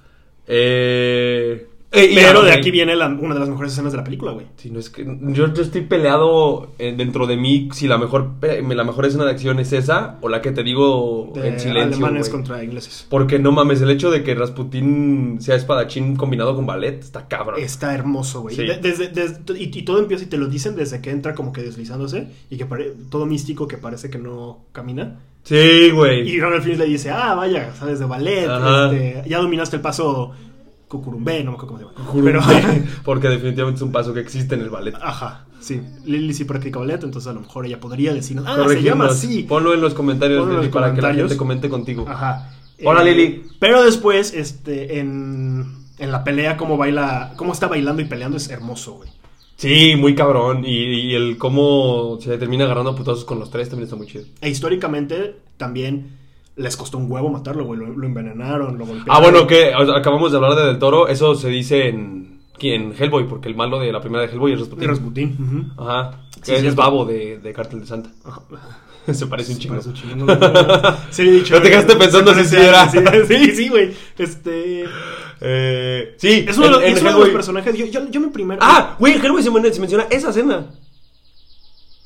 [SPEAKER 2] Eh... eh, y-
[SPEAKER 1] Pero
[SPEAKER 2] ah,
[SPEAKER 1] de
[SPEAKER 2] ok.
[SPEAKER 1] aquí viene la- una de las mejores escenas de la película, güey.
[SPEAKER 2] Sí, no es que yo, yo estoy peleado eh, dentro de mí si la mejor pe- la mejor escena de acción es esa o la que te digo
[SPEAKER 1] De
[SPEAKER 2] en silencio.
[SPEAKER 1] alemanes
[SPEAKER 2] güey.
[SPEAKER 1] contra ingleses.
[SPEAKER 2] Porque no mames, el hecho de que Rasputín sea espadachín combinado con ballet está cabrón.
[SPEAKER 1] Está hermoso, güey.
[SPEAKER 2] Sí.
[SPEAKER 1] De- Desde, desde- y, y todo empieza y te lo dicen desde que entra como que deslizándose y que pare- todo místico que parece que no camina.
[SPEAKER 2] Sí, güey.
[SPEAKER 1] Y Ronald Fiennes le dice, ah, vaya, sabes de ballet,
[SPEAKER 2] Ajá.
[SPEAKER 1] este, ya dominaste el paso cucurumbé, no me acuerdo cómo se llama.
[SPEAKER 2] Juro,
[SPEAKER 1] Pero, Ah,
[SPEAKER 2] güey, porque definitivamente es un paso que existe en el ballet.
[SPEAKER 1] ajá, sí. Lily sí practica ballet, entonces a lo mejor ella podría decirnos, ah, se
[SPEAKER 2] Corregirnos.
[SPEAKER 1] llama así.
[SPEAKER 2] Ponlo en los comentarios,
[SPEAKER 1] Ponlo en
[SPEAKER 2] Lili,
[SPEAKER 1] los
[SPEAKER 2] para que la
[SPEAKER 1] comentarios.
[SPEAKER 2] gente comente contigo.
[SPEAKER 1] Ajá. Eh,
[SPEAKER 2] Hola, Lili.
[SPEAKER 1] Pero después, este, en, en la pelea, cómo baila, cómo está bailando y peleando es hermoso, güey.
[SPEAKER 2] Sí, muy cabrón. Y, y el cómo se termina agarrando a putazos con los tres también está muy chido.
[SPEAKER 1] E históricamente también les costó un huevo matarlo, güey. Lo, lo envenenaron, lo golpearon.
[SPEAKER 2] Ah, bueno, que o sea, acabamos de hablar de Del Toro. Eso se dice en, ¿quién? en Hellboy, porque el malo de la primera de Hellboy es
[SPEAKER 1] Y
[SPEAKER 2] Rasputin.
[SPEAKER 1] Rasputín. ujú.
[SPEAKER 2] Ajá.
[SPEAKER 1] Sí,
[SPEAKER 2] Que es
[SPEAKER 1] cierto.
[SPEAKER 2] babo de, de Cartel de Santa.
[SPEAKER 1] Ajá.
[SPEAKER 2] se parece un chingo.
[SPEAKER 1] Parece un chingo, no, no, no. Sí, he dicho,
[SPEAKER 2] Lo dejaste
[SPEAKER 1] eh,
[SPEAKER 2] pensando
[SPEAKER 1] se
[SPEAKER 2] si sí
[SPEAKER 1] parece a-
[SPEAKER 2] era.
[SPEAKER 1] sí, Sí, sí, güey. Este.
[SPEAKER 2] Eh, sí,
[SPEAKER 1] Es uno de los,
[SPEAKER 2] en- en
[SPEAKER 1] es uno de los
[SPEAKER 2] Hellboy-
[SPEAKER 1] personajes. Yo, yo, yo mi primer.
[SPEAKER 2] Ah, güey, en Hellboy se men- se menciona esa escena.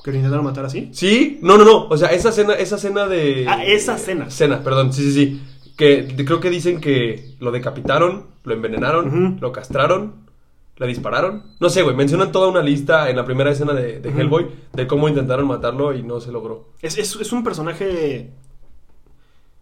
[SPEAKER 1] ¿Que lo intentaron matar así?
[SPEAKER 2] Sí, no, no, no. O sea, esa cena, esa cena de.
[SPEAKER 1] Ah, esa cena.
[SPEAKER 2] Cena, perdón, sí, sí, sí. Que de- creo que dicen que lo decapitaron, lo envenenaron,
[SPEAKER 1] Ujú.
[SPEAKER 2] lo castraron, le dispararon. No sé, güey. Mencionan toda una lista en la primera escena de, de
[SPEAKER 1] Ujú.
[SPEAKER 2] Hellboy de cómo intentaron matarlo y no se logró.
[SPEAKER 1] Es, es, es un personaje.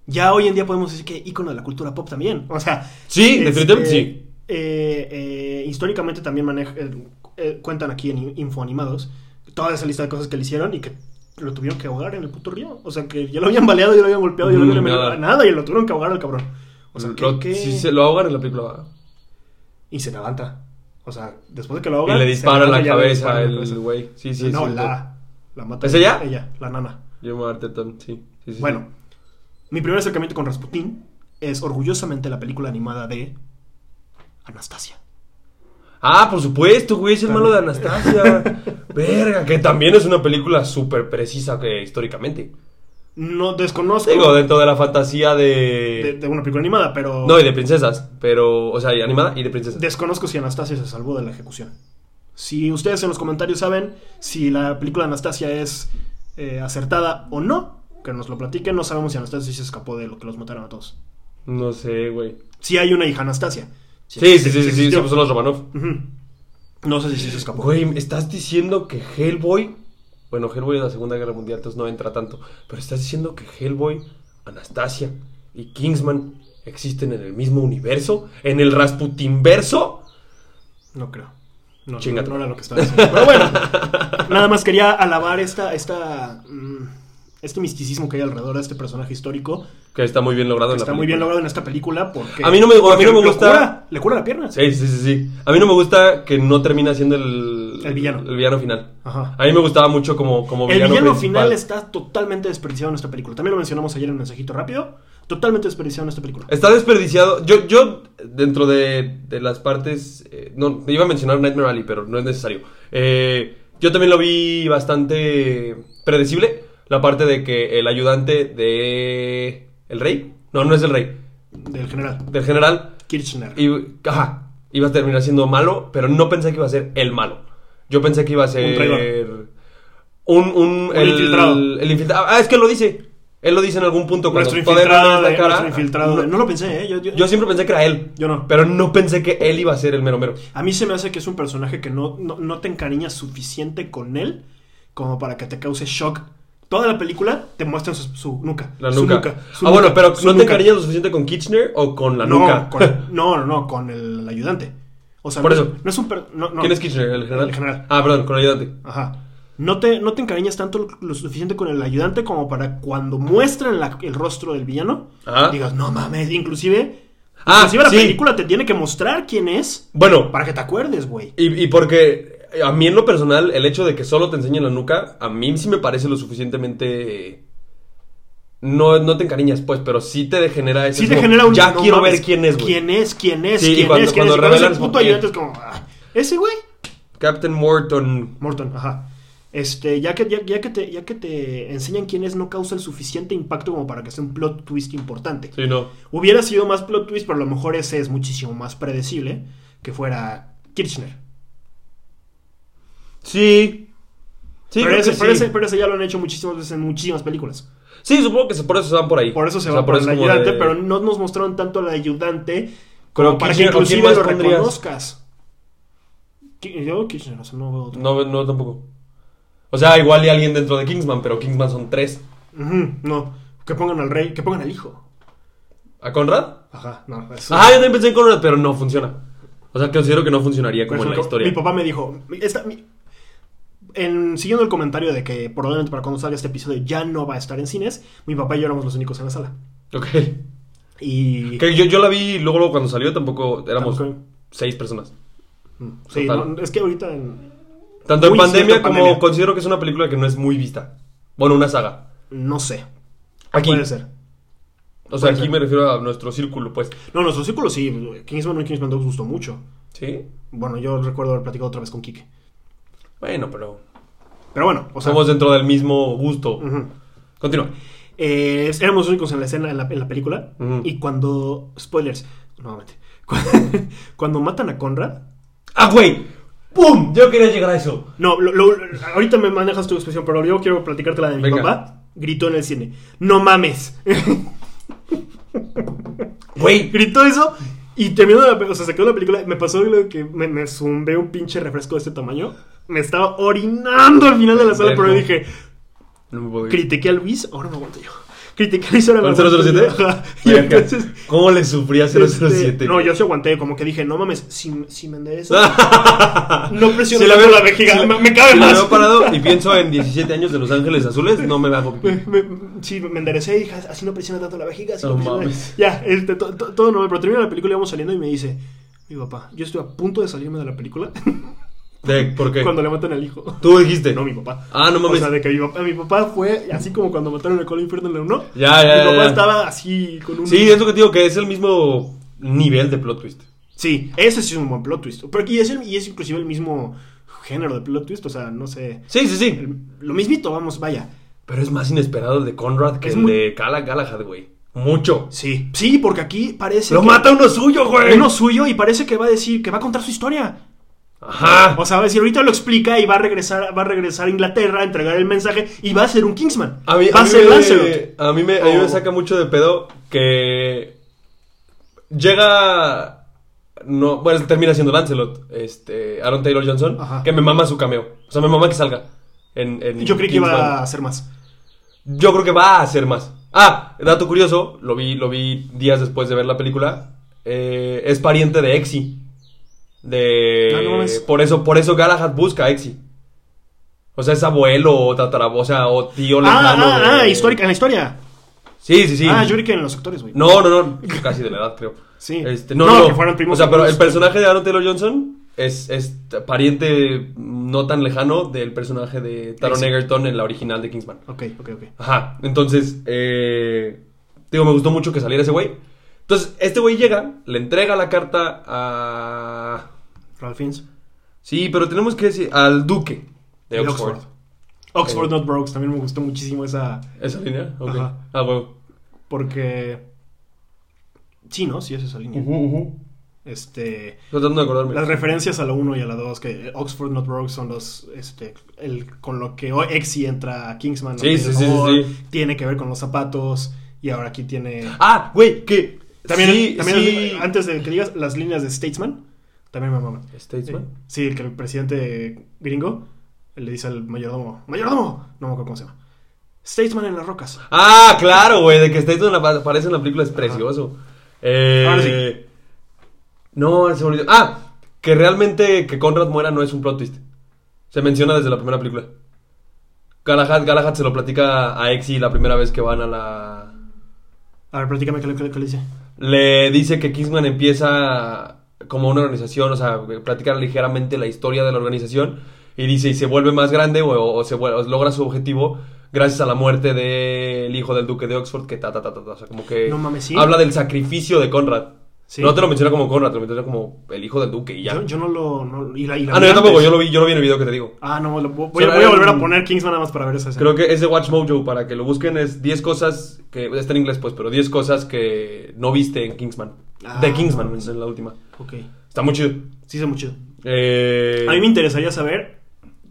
[SPEAKER 1] Ya hoy en día podemos decir que ícono de la cultura pop también. O sea. este,
[SPEAKER 2] Sí, definitivamente sí.
[SPEAKER 1] eh, eh, históricamente también maneja, eh, eh, cuentan aquí en In- Infoanimados toda esa lista de cosas que le hicieron y que lo tuvieron que ahogar en el puto río. O sea, que ya lo habían baleado, ya lo habían golpeado, ya lo
[SPEAKER 2] Ujú,
[SPEAKER 1] habían
[SPEAKER 2] Mm, nada. Mm,
[SPEAKER 1] envenenado. Nada, y lo tuvieron que ahogar al cabrón. O sea, que.
[SPEAKER 2] Lo-
[SPEAKER 1] que-
[SPEAKER 2] sí, se lo ahogan en la película. ¿verdad?
[SPEAKER 1] Y se levanta. O sea, después de que lo
[SPEAKER 2] Y
[SPEAKER 1] ahogan.
[SPEAKER 2] le
[SPEAKER 1] se
[SPEAKER 2] disparan
[SPEAKER 1] levanta
[SPEAKER 2] la
[SPEAKER 1] y ya le disparan
[SPEAKER 2] cabeza
[SPEAKER 1] en la cabeza.
[SPEAKER 2] el güey. Sí, sí,
[SPEAKER 1] no,
[SPEAKER 2] sí.
[SPEAKER 1] la. La mata.
[SPEAKER 2] ¿Es ella?
[SPEAKER 1] Ella, la nana.
[SPEAKER 2] Yo me Artetón, sí. sí, sí,
[SPEAKER 1] Bueno, mi primer acercamiento con Rasputín es orgullosamente la película animada de Anastasia.
[SPEAKER 2] sí. Ah, por supuesto, güey, es el malo de
[SPEAKER 1] También.
[SPEAKER 2] Anastasia. Verga, que también es una película súper precisa que, históricamente.
[SPEAKER 1] No desconozco
[SPEAKER 2] Digo, dentro de la fantasía
[SPEAKER 1] de,
[SPEAKER 2] de...
[SPEAKER 1] de una película animada, pero
[SPEAKER 2] No, y de princesas, pero... O sea, y animada y de princesas.
[SPEAKER 1] desconozco si Anastasia se salvó de la ejecución. Si ustedes en los comentarios saben si la película de Anastasia es eh, acertada o no, que nos lo platiquen, no sabemos si Anastasia se escapó de lo que los mataron a todos.
[SPEAKER 2] No sé, güey.
[SPEAKER 1] Si hay una hija Anastasia. Si
[SPEAKER 2] Sí, sí,
[SPEAKER 1] existe, si
[SPEAKER 2] sí, sí, sí,
[SPEAKER 1] existió.
[SPEAKER 2] pues son los Romanov.
[SPEAKER 1] Ujú. No sé si sí se escapó.
[SPEAKER 2] Güey, ¿estás diciendo que Hellboy... Bueno, Hellboy de la Segunda Guerra Mundial, entonces no entra tanto. Pero estás diciendo que Hellboy, Anastasia y Kingsman existen en el mismo universo, en el Rasputinverso.
[SPEAKER 1] No creo. No,
[SPEAKER 2] Chinga
[SPEAKER 1] no,
[SPEAKER 2] tu
[SPEAKER 1] no era
[SPEAKER 2] madre.
[SPEAKER 1] lo que estaba diciendo. Pero bueno, nada más quería alabar esta, esta, mm, este misticismo que hay alrededor de este personaje histórico.
[SPEAKER 2] Que está muy bien logrado
[SPEAKER 1] que
[SPEAKER 2] en la
[SPEAKER 1] está muy bien
[SPEAKER 2] película.
[SPEAKER 1] logrado en esta película porque...
[SPEAKER 2] A mí no me- a mí
[SPEAKER 1] porque
[SPEAKER 2] no me
[SPEAKER 1] lo
[SPEAKER 2] gusta-
[SPEAKER 1] cura, le cura la pierna.
[SPEAKER 2] Sí, sí, sí, sí. A mí no me gusta que no termina siendo el...
[SPEAKER 1] El villano.
[SPEAKER 2] El villano final.
[SPEAKER 1] Ajá.
[SPEAKER 2] A mí me gustaba mucho como, como
[SPEAKER 1] El
[SPEAKER 2] villano,
[SPEAKER 1] villano
[SPEAKER 2] principal.
[SPEAKER 1] final está totalmente desperdiciado en esta película. También lo mencionamos ayer en un mensajito rápido. Totalmente desperdiciado en esta película.
[SPEAKER 2] Está desperdiciado. Yo, yo dentro de, de las partes... eh, no, iba a mencionar Nightmare Alley, pero no es necesario. Eh, Yo también lo vi bastante predecible. La parte de que el ayudante de. ¿El rey? No, no es el rey.
[SPEAKER 1] Del general.
[SPEAKER 2] Del general.
[SPEAKER 1] Kirchner.
[SPEAKER 2] Y, ajá, iba a terminar siendo malo, pero no pensé que iba a ser el malo. Yo pensé que iba a ser.
[SPEAKER 1] Un traidor.
[SPEAKER 2] Un, un-
[SPEAKER 1] Un infiltrado.
[SPEAKER 2] el infiltrado. Ah, es que lo dice. Él lo dice en algún punto cuando
[SPEAKER 1] nuestro
[SPEAKER 2] todavía
[SPEAKER 1] infiltrado.
[SPEAKER 2] no le
[SPEAKER 1] de-
[SPEAKER 2] ves la cara.
[SPEAKER 1] nuestro infiltrado de-
[SPEAKER 2] No,
[SPEAKER 1] no lo pensé, ¿eh? Yo, yo-
[SPEAKER 2] yo siempre pensé que era él.
[SPEAKER 1] Yo no.
[SPEAKER 2] Pero no pensé que él iba a ser el mero mero.
[SPEAKER 1] A mí se me hace que es un personaje que no, no, no te encariñas suficiente con él como para que te cause shock. Toda la película te muestra su, su nuca.
[SPEAKER 2] La
[SPEAKER 1] su
[SPEAKER 2] nuca.
[SPEAKER 1] su
[SPEAKER 2] ah, bueno,
[SPEAKER 1] nuca,
[SPEAKER 2] pero
[SPEAKER 1] su
[SPEAKER 2] ¿no te
[SPEAKER 1] nuca.
[SPEAKER 2] encariñas lo suficiente con Kitchener o con la
[SPEAKER 1] no,
[SPEAKER 2] nuca?
[SPEAKER 1] Con, no, no, no, con el ayudante. O sea,
[SPEAKER 2] Por
[SPEAKER 1] no,
[SPEAKER 2] eso.
[SPEAKER 1] no es un per- no, no.
[SPEAKER 2] ¿Quién es Kitchener? ¿El general?
[SPEAKER 1] El general.
[SPEAKER 2] Ah, perdón, con el ayudante.
[SPEAKER 1] Ajá. No te, no te encariñas tanto lo, lo suficiente con el ayudante como para cuando muestran la- el rostro del villano,
[SPEAKER 2] Ajá.
[SPEAKER 1] digas, no mames, inclusive...
[SPEAKER 2] Ah,
[SPEAKER 1] inclusive la
[SPEAKER 2] sí.
[SPEAKER 1] película te tiene que mostrar quién es
[SPEAKER 2] Bueno,
[SPEAKER 1] para que te acuerdes, güey.
[SPEAKER 2] Y, y porque a mí en lo personal, el hecho de que solo te enseñen la nuca, a mí sí me parece lo suficientemente... No, no te encariñas, pues, pero sí te genera ese...
[SPEAKER 1] Sí te
[SPEAKER 2] como,
[SPEAKER 1] genera un...
[SPEAKER 2] Ya
[SPEAKER 1] no
[SPEAKER 2] quiero
[SPEAKER 1] mames,
[SPEAKER 2] ver quién es, güey.
[SPEAKER 1] ¿Quién es? ¿Quién es?
[SPEAKER 2] Sí, y
[SPEAKER 1] ¿Quién
[SPEAKER 2] cuando-
[SPEAKER 1] es? ¿Quién
[SPEAKER 2] cuando
[SPEAKER 1] es? Y cuando ese
[SPEAKER 2] revelan,
[SPEAKER 1] puto
[SPEAKER 2] ok.
[SPEAKER 1] ayudante es como... "Ah, ese güey.
[SPEAKER 2] Captain Morton.
[SPEAKER 1] Morton, ajá. Este, ya que, ya, ya que te, ya que te enseñan quién es, no causa el suficiente impacto como para que sea un plot twist importante.
[SPEAKER 2] Sí, no.
[SPEAKER 1] Hubiera sido más plot twist, pero a lo mejor ese es muchísimo más predecible que fuera Kirchner.
[SPEAKER 2] Sí. Sí,
[SPEAKER 1] pero,
[SPEAKER 2] creo
[SPEAKER 1] ese,
[SPEAKER 2] que
[SPEAKER 1] pero
[SPEAKER 2] sí.
[SPEAKER 1] ese- pero ese ya lo han hecho muchísimas veces en muchísimas películas.
[SPEAKER 2] Sí, supongo que se- por eso se van por ahí.
[SPEAKER 1] Por eso se
[SPEAKER 2] O sea,
[SPEAKER 1] va por,
[SPEAKER 2] eso
[SPEAKER 1] el
[SPEAKER 2] como
[SPEAKER 1] ayudante,
[SPEAKER 2] de-
[SPEAKER 1] pero no nos mostraron tanto al ayudante
[SPEAKER 2] Pero
[SPEAKER 1] como para que
[SPEAKER 2] Kirchner, ¿o quién
[SPEAKER 1] inclusive
[SPEAKER 2] más
[SPEAKER 1] lo
[SPEAKER 2] pondrías?
[SPEAKER 1] reconozcas. Ki- Yo Kirchner, o sea, no veo otro.
[SPEAKER 2] No, no, tampoco. O sea, igual hay alguien dentro de Kingsman, pero Kingsman son tres.
[SPEAKER 1] Ujú, no, que pongan al rey, que pongan al hijo.
[SPEAKER 2] ¿A Conrad?
[SPEAKER 1] Ajá, no. eso-
[SPEAKER 2] Ah, yo también pensé en Conrad, pero no funciona. O sea, considero que no funcionaría
[SPEAKER 1] Por
[SPEAKER 2] como en la
[SPEAKER 1] ejemplo,
[SPEAKER 2] historia.
[SPEAKER 1] Mi papá me dijo, esta- mi- en- siguiendo el comentario de que probablemente para cuando salga este episodio ya no va a estar en cines, mi papá y yo éramos los únicos en la sala.
[SPEAKER 2] Ok.
[SPEAKER 1] Y...
[SPEAKER 2] Que yo, yo la vi luego, luego cuando salió, tampoco éramos
[SPEAKER 1] Tampoco.
[SPEAKER 2] seis personas.
[SPEAKER 1] mm, Sí,
[SPEAKER 2] Total.
[SPEAKER 1] no, es que ahorita... mm, en-
[SPEAKER 2] Tanto en
[SPEAKER 1] Uy,
[SPEAKER 2] pandemia
[SPEAKER 1] cierto,
[SPEAKER 2] como
[SPEAKER 1] pandemia.
[SPEAKER 2] considero que es una película que no es muy vista. Bueno, una saga.
[SPEAKER 1] no sé.
[SPEAKER 2] Aquí.
[SPEAKER 1] Ah, Puede ser.
[SPEAKER 2] O sea,
[SPEAKER 1] Puede
[SPEAKER 2] aquí
[SPEAKER 1] ser.
[SPEAKER 2] me refiero a nuestro círculo, pues.
[SPEAKER 1] No, nuestro círculo sí. Kingsman 1 y Kingsman 2 gustó mucho.
[SPEAKER 2] ¿Sí?
[SPEAKER 1] Bueno, yo recuerdo haber platicado otra vez con Kike.
[SPEAKER 2] Bueno, pero
[SPEAKER 1] Pero bueno, o sea...
[SPEAKER 2] somos dentro del mismo gusto.
[SPEAKER 1] ujú.
[SPEAKER 2] Continúa.
[SPEAKER 1] Eh, éramos los únicos en la escena, en la, en la película.
[SPEAKER 2] Ujú.
[SPEAKER 1] Y cuando... Spoilers, nuevamente. cuando matan a Conrad...
[SPEAKER 2] ¡Ah, güey! ¡Pum! Yo quería llegar a eso.
[SPEAKER 1] No, lo- lo- ahorita me manejas tu expresión, pero yo quiero platicarte la de mi
[SPEAKER 2] Venga.
[SPEAKER 1] papá. Gritó en el cine. ¡No mames!
[SPEAKER 2] Güey.
[SPEAKER 1] Gritó eso y terminó la pe- O sea, se quedó la película. Me pasó lo que me, me zumbé un pinche refresco de este tamaño. Me estaba orinando al final de la sala,
[SPEAKER 2] Verga.
[SPEAKER 1] pero dije,
[SPEAKER 2] No me puedo ir.
[SPEAKER 1] critiqué a Luis, ahora me aguanto yo. Critiqué a Luis, ahora me
[SPEAKER 2] ¿Con
[SPEAKER 1] aguanto
[SPEAKER 2] 007?
[SPEAKER 1] yo. Ajá. Y
[SPEAKER 2] Verga.
[SPEAKER 1] entonces...
[SPEAKER 2] ¿Cómo le sufría 007?
[SPEAKER 1] este, no, yo sí aguanté, como que dije, no mames, si, si me enderezo, no presiono
[SPEAKER 2] Si la
[SPEAKER 1] tanto
[SPEAKER 2] veo-
[SPEAKER 1] la vejiga,
[SPEAKER 2] si la-
[SPEAKER 1] me, me cabe
[SPEAKER 2] si la
[SPEAKER 1] más.
[SPEAKER 2] veo parado y pienso en 17 años de Los Ángeles Azules, no me bajo pipí.
[SPEAKER 1] Me- me- sí, me enderecé y dije, así no presiona tanto la vejiga, así
[SPEAKER 2] No
[SPEAKER 1] no, presiona-
[SPEAKER 2] mames.
[SPEAKER 1] Ya, este, to- to- todo normal, pero termina la película y vamos saliendo y me dice, mi papá, yo estoy a punto de salirme de la película
[SPEAKER 2] De, ¿Por qué?
[SPEAKER 1] cuando le matan al hijo.
[SPEAKER 2] Tú dijiste.
[SPEAKER 1] No, mi papá.
[SPEAKER 2] Ah, no mames.
[SPEAKER 1] O sea, de que mi papá, mi papá fue así como cuando mataron a Colin Firth en la 1.
[SPEAKER 2] Ya, ya,
[SPEAKER 1] Mi papá
[SPEAKER 2] ya, ya.
[SPEAKER 1] estaba así con un...
[SPEAKER 2] Sí, es lo que te digo, que es el mismo nivel de plot twist.
[SPEAKER 1] Sí, ese sí es un buen plot twist. Pero, y, es el- y es inclusive el mismo género de plot twist, o sea, no sé...
[SPEAKER 2] Sí, sí, sí.
[SPEAKER 1] el- lo mismito, vamos, vaya.
[SPEAKER 2] Pero es más inesperado el de Conrad que
[SPEAKER 1] Es
[SPEAKER 2] el
[SPEAKER 1] muy-
[SPEAKER 2] de Cala Galahad, güey. Mucho.
[SPEAKER 1] Sí, sí, porque aquí parece
[SPEAKER 2] Lo
[SPEAKER 1] que-
[SPEAKER 2] mata uno suyo, güey.
[SPEAKER 1] uno suyo y parece que va a decir, que va a contar su historia.
[SPEAKER 2] Ajá.
[SPEAKER 1] Ah, O sea, va a decir, ahorita lo explica y va a regresar, va a regresar a Inglaterra a entregar el mensaje y va a ser un Kingsman.
[SPEAKER 2] A mí,
[SPEAKER 1] va a,
[SPEAKER 2] a mí
[SPEAKER 1] ser Oh.
[SPEAKER 2] me-
[SPEAKER 1] Lancelot.
[SPEAKER 2] A mí, me, a mí me
[SPEAKER 1] O-
[SPEAKER 2] saca mucho de pedo que llega... No, bueno, termina siendo Lancelot, este, Aaron Taylor Johnson,
[SPEAKER 1] Ajá.
[SPEAKER 2] que me mama su cameo. O sea, me mama que salga. En, en
[SPEAKER 1] Yo creí que iba
[SPEAKER 2] Kingsman.
[SPEAKER 1] a ser más.
[SPEAKER 2] Yo creo que va a hacer más. Ah, dato curioso, lo vi, lo vi días después de ver la película. eh, es pariente de Exi. De.
[SPEAKER 1] Ah, no mames.
[SPEAKER 2] por eso, por eso Galahad busca a Exi. O sea, es abuelo o tatarabuelo, o sea, o tío
[SPEAKER 1] Ah,
[SPEAKER 2] lejano.
[SPEAKER 1] ah,
[SPEAKER 2] de-
[SPEAKER 1] ah, histórica, en la historia.
[SPEAKER 2] Sí, sí, sí.
[SPEAKER 1] Ah, yo creí que en los actores, güey.
[SPEAKER 2] No, no, no, casi de la edad, creo.
[SPEAKER 1] Sí.
[SPEAKER 2] Este, no,
[SPEAKER 1] No,
[SPEAKER 2] no,
[SPEAKER 1] que fueran primos
[SPEAKER 2] O sea, pero el
[SPEAKER 1] hermanos.
[SPEAKER 2] personaje de Aaron Taylor Johnson es, es pariente no tan lejano del personaje de Taron
[SPEAKER 1] Exi.
[SPEAKER 2] Egerton en la original de Kingsman.
[SPEAKER 1] Ok, ok, ok.
[SPEAKER 2] Ajá, entonces, eh, digo, me gustó mucho que saliera ese güey. Entonces, este güey llega, le entrega la carta a...
[SPEAKER 1] Ralph Fiennes.
[SPEAKER 2] Sí, pero tenemos que decir, al duque De
[SPEAKER 1] El
[SPEAKER 2] Oxford.
[SPEAKER 1] Oxford. Oxford
[SPEAKER 2] Ok.
[SPEAKER 1] Not Broke, también me gustó muchísimo esa.
[SPEAKER 2] ¿Esa línea? Ok.
[SPEAKER 1] Ajá.
[SPEAKER 2] Ah, huevo.
[SPEAKER 1] Porque. Sí, ¿no? Sí, es esa línea. Este.
[SPEAKER 2] Estoy tratando de acordarme.
[SPEAKER 1] Las referencias a la 1 y a la 2, que Oxford Not Broke son los. Este, el, con lo que hoy Exi entra a Kingsman.
[SPEAKER 2] Sí,
[SPEAKER 1] ¿no?
[SPEAKER 2] sí, sí,
[SPEAKER 1] Or,
[SPEAKER 2] sí, sí.
[SPEAKER 1] Tiene que ver con los zapatos. Y ahora aquí tiene.
[SPEAKER 2] Ah, güey, que.
[SPEAKER 1] También,
[SPEAKER 2] sí,
[SPEAKER 1] también
[SPEAKER 2] sí.
[SPEAKER 1] antes de que digas, las líneas de Statesman también me maman.
[SPEAKER 2] Statesman.
[SPEAKER 1] Sí, el que el presidente gringo le dice al mayordomo: ¡Mayordomo! No me acuerdo cómo se llama. Statesman en las rocas.
[SPEAKER 2] Ah, claro, güey, de que Statesman apa- aparece en la película es precioso. Eh,
[SPEAKER 1] Ahora sí.
[SPEAKER 2] No, se me olvidó. Ah, que realmente que Conrad muera no es un plot twist. Se menciona desde la primera película. Galahad, Galahad se lo platica a Exi la primera vez que van a la...
[SPEAKER 1] A ver, platícame qué, le- qué le- qué le dice.
[SPEAKER 2] Le dice que Kingsman empieza como una organización, o sea, platicar ligeramente la historia de la organización y dice y se vuelve más grande o, o se vuel- o logra su objetivo gracias a la muerte del hijo del duque de Oxford que ta ta ta ta, ta, o sea, como que
[SPEAKER 1] No mames, sí.
[SPEAKER 2] habla del sacrificio de Conrad.
[SPEAKER 1] Sí.
[SPEAKER 2] No te lo menciona como Conrad, te lo menciona como el hijo del duque y ya.
[SPEAKER 1] Yo, yo no lo. no- y la- y la
[SPEAKER 2] ah, no,
[SPEAKER 1] vi
[SPEAKER 2] yo tampoco,
[SPEAKER 1] antes.
[SPEAKER 2] yo lo vi, yo lo vi en el video que te digo.
[SPEAKER 1] Ah, no, lo- voy, voy
[SPEAKER 2] Solo
[SPEAKER 1] a
[SPEAKER 2] era
[SPEAKER 1] volver a
[SPEAKER 2] un-
[SPEAKER 1] poner Kingsman nada más para ver esa escena.
[SPEAKER 2] mm. Creo que es de Watch Mojo para que lo busquen es 10 cosas que está en inglés pues, pero 10 cosas que no viste en Kingsman.
[SPEAKER 1] Ah,
[SPEAKER 2] de Kingsman,
[SPEAKER 1] no,
[SPEAKER 2] es la última.
[SPEAKER 1] Ok.
[SPEAKER 2] Está muy chido.
[SPEAKER 1] Sí, está muy chido.
[SPEAKER 2] Eh,
[SPEAKER 1] A mí me interesaría saber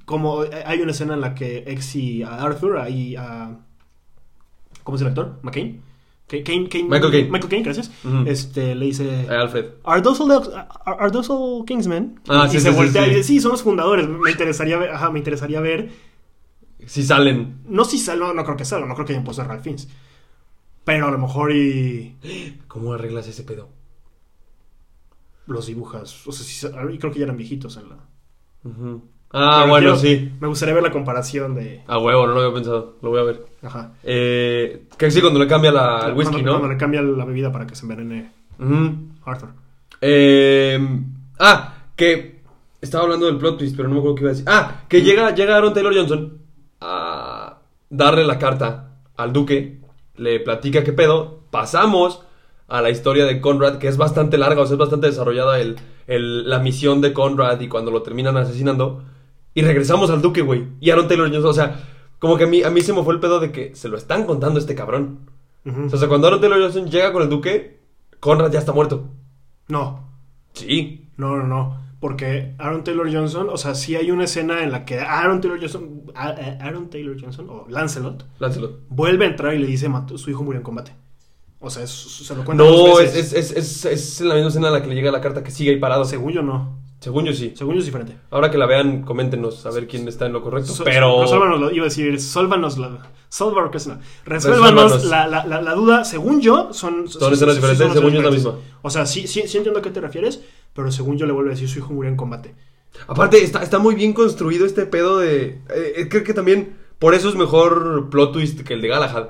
[SPEAKER 1] cómo eh, hay una escena en la que Exy a Arthur ahí a ¿cómo es el actor? McCain. Ca- Caine- Caine-
[SPEAKER 2] Michael Caine.
[SPEAKER 1] Michael Caine, gracias.
[SPEAKER 2] Ujú.
[SPEAKER 1] Este le dice
[SPEAKER 2] eh, Alfred.
[SPEAKER 1] Are those, all the- are- are those all Kingsmen?
[SPEAKER 2] Ah,
[SPEAKER 1] y
[SPEAKER 2] sí,
[SPEAKER 1] se
[SPEAKER 2] sí, sí,
[SPEAKER 1] voltea
[SPEAKER 2] sí.
[SPEAKER 1] y dice, sí, son los fundadores. Me interesaría ver, ajá, me interesaría ver.
[SPEAKER 2] Si salen.
[SPEAKER 1] No si salgo, no, creo que salga, no creo que hayan puesto a Ralph Fiennes. Pero a lo mejor y
[SPEAKER 2] ¿Cómo arreglas ese pedo?
[SPEAKER 1] los dibujas. O sea, sí sal- creo que ya eran viejitos en la.
[SPEAKER 2] Ujú. Ah,
[SPEAKER 1] Pero quiero-
[SPEAKER 2] bueno, sí.
[SPEAKER 1] Me gustaría ver la comparación de.
[SPEAKER 2] Ah, huevo, no lo había pensado. Lo voy a ver.
[SPEAKER 1] Ajá.
[SPEAKER 2] Eh, que sí, cuando le cambia la, al whisky,
[SPEAKER 1] cuando,
[SPEAKER 2] ¿no?
[SPEAKER 1] Cuando le cambia la bebida para que se envenene
[SPEAKER 2] Ujú.
[SPEAKER 1] Arthur.
[SPEAKER 2] Eh, ah, que estaba hablando del plot twist, pero no me acuerdo qué iba a decir. Ah, que llega, llega Aaron Taylor Johnson a darle la carta al duque, le platica qué pedo, pasamos a la historia de Conrad, que es bastante larga, o sea, es bastante desarrollada el, el- la misión de Conrad y cuando lo terminan asesinando. Y regresamos al duque, güey. Y Aaron Taylor Johnson, o sea, como que a mí, a mí se me fue el pedo de que se lo están contando a este cabrón.
[SPEAKER 1] Ujú.
[SPEAKER 2] O sea, cuando Aaron Taylor Johnson llega con el duque, Conrad ya está muerto.
[SPEAKER 1] No,
[SPEAKER 2] Sí,
[SPEAKER 1] no, no, no. Porque Aaron Taylor Johnson, o sea, sí hay una escena en la que Aaron Taylor Johnson, A- A- Aaron Taylor Johnson o Lancelot
[SPEAKER 2] Lancelot.
[SPEAKER 1] vuelve a entrar y le dice: "Mató- Su hijo murió en combate. O sea, es- se lo cuenta.
[SPEAKER 2] No,
[SPEAKER 1] dos
[SPEAKER 2] es,
[SPEAKER 1] veces.
[SPEAKER 2] es, es, es, es en la misma escena en la que le llega la carta que sigue ahí parado.
[SPEAKER 1] Según yo, no.
[SPEAKER 2] Según yo sí.
[SPEAKER 1] Según yo es diferente.
[SPEAKER 2] Ahora que la vean, coméntenos a ver quién está en lo correcto.
[SPEAKER 1] So-
[SPEAKER 2] pero.
[SPEAKER 1] no, sólvanoslo, iba a decir, sólvanos la. Solvar, ¿qué es una? Resuélvanos
[SPEAKER 2] Resuélvanos.
[SPEAKER 1] la, la, la, la duda. Según yo, son.
[SPEAKER 2] Son escenas diferentes, según yo es la misma.
[SPEAKER 1] O sea, sí, sí, sí entiendo a qué te refieres, pero según yo le vuelvo a decir, su hijo murió en combate.
[SPEAKER 2] Aparte, está, está muy bien construido este pedo de. eh, eh, creo que también. Por eso es mejor plot twist que el de Galahad.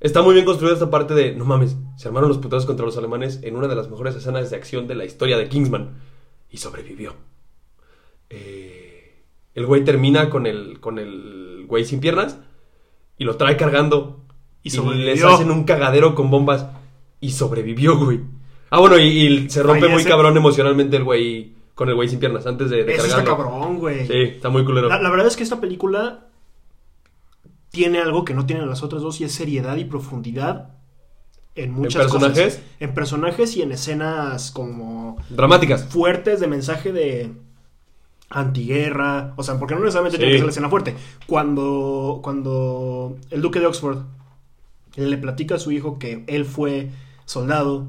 [SPEAKER 2] Está muy bien construida esta parte de. No mames, se armaron los putazos contra los alemanes en una de las mejores escenas de acción de la historia de Kingsman. Y sobrevivió. Eh, el güey termina con el. con el güey sin piernas. Y lo trae cargando.
[SPEAKER 1] Y
[SPEAKER 2] Y,
[SPEAKER 1] sobrevivió.
[SPEAKER 2] les hacen un cagadero con bombas. Y sobrevivió, güey. Ah, bueno, y, y se rompe muy
[SPEAKER 1] Fallece.
[SPEAKER 2] cabrón emocionalmente el güey. Con el güey sin piernas antes de, de
[SPEAKER 1] Eso está
[SPEAKER 2] cargarlo.
[SPEAKER 1] cabrón, güey.
[SPEAKER 2] Sí, está muy culero.
[SPEAKER 1] La, la verdad es que esta película tiene algo que no tienen las otras dos y es seriedad y profundidad en muchas cosas.
[SPEAKER 2] personajes?
[SPEAKER 1] En personajes y en escenas como
[SPEAKER 2] Dramáticas.
[SPEAKER 1] fuertes de mensaje de antiguerra, o sea, porque no necesariamente
[SPEAKER 2] Sí.
[SPEAKER 1] tiene que ser la escena fuerte. Cuando, cuando el duque de Oxford le platica a su hijo que él fue soldado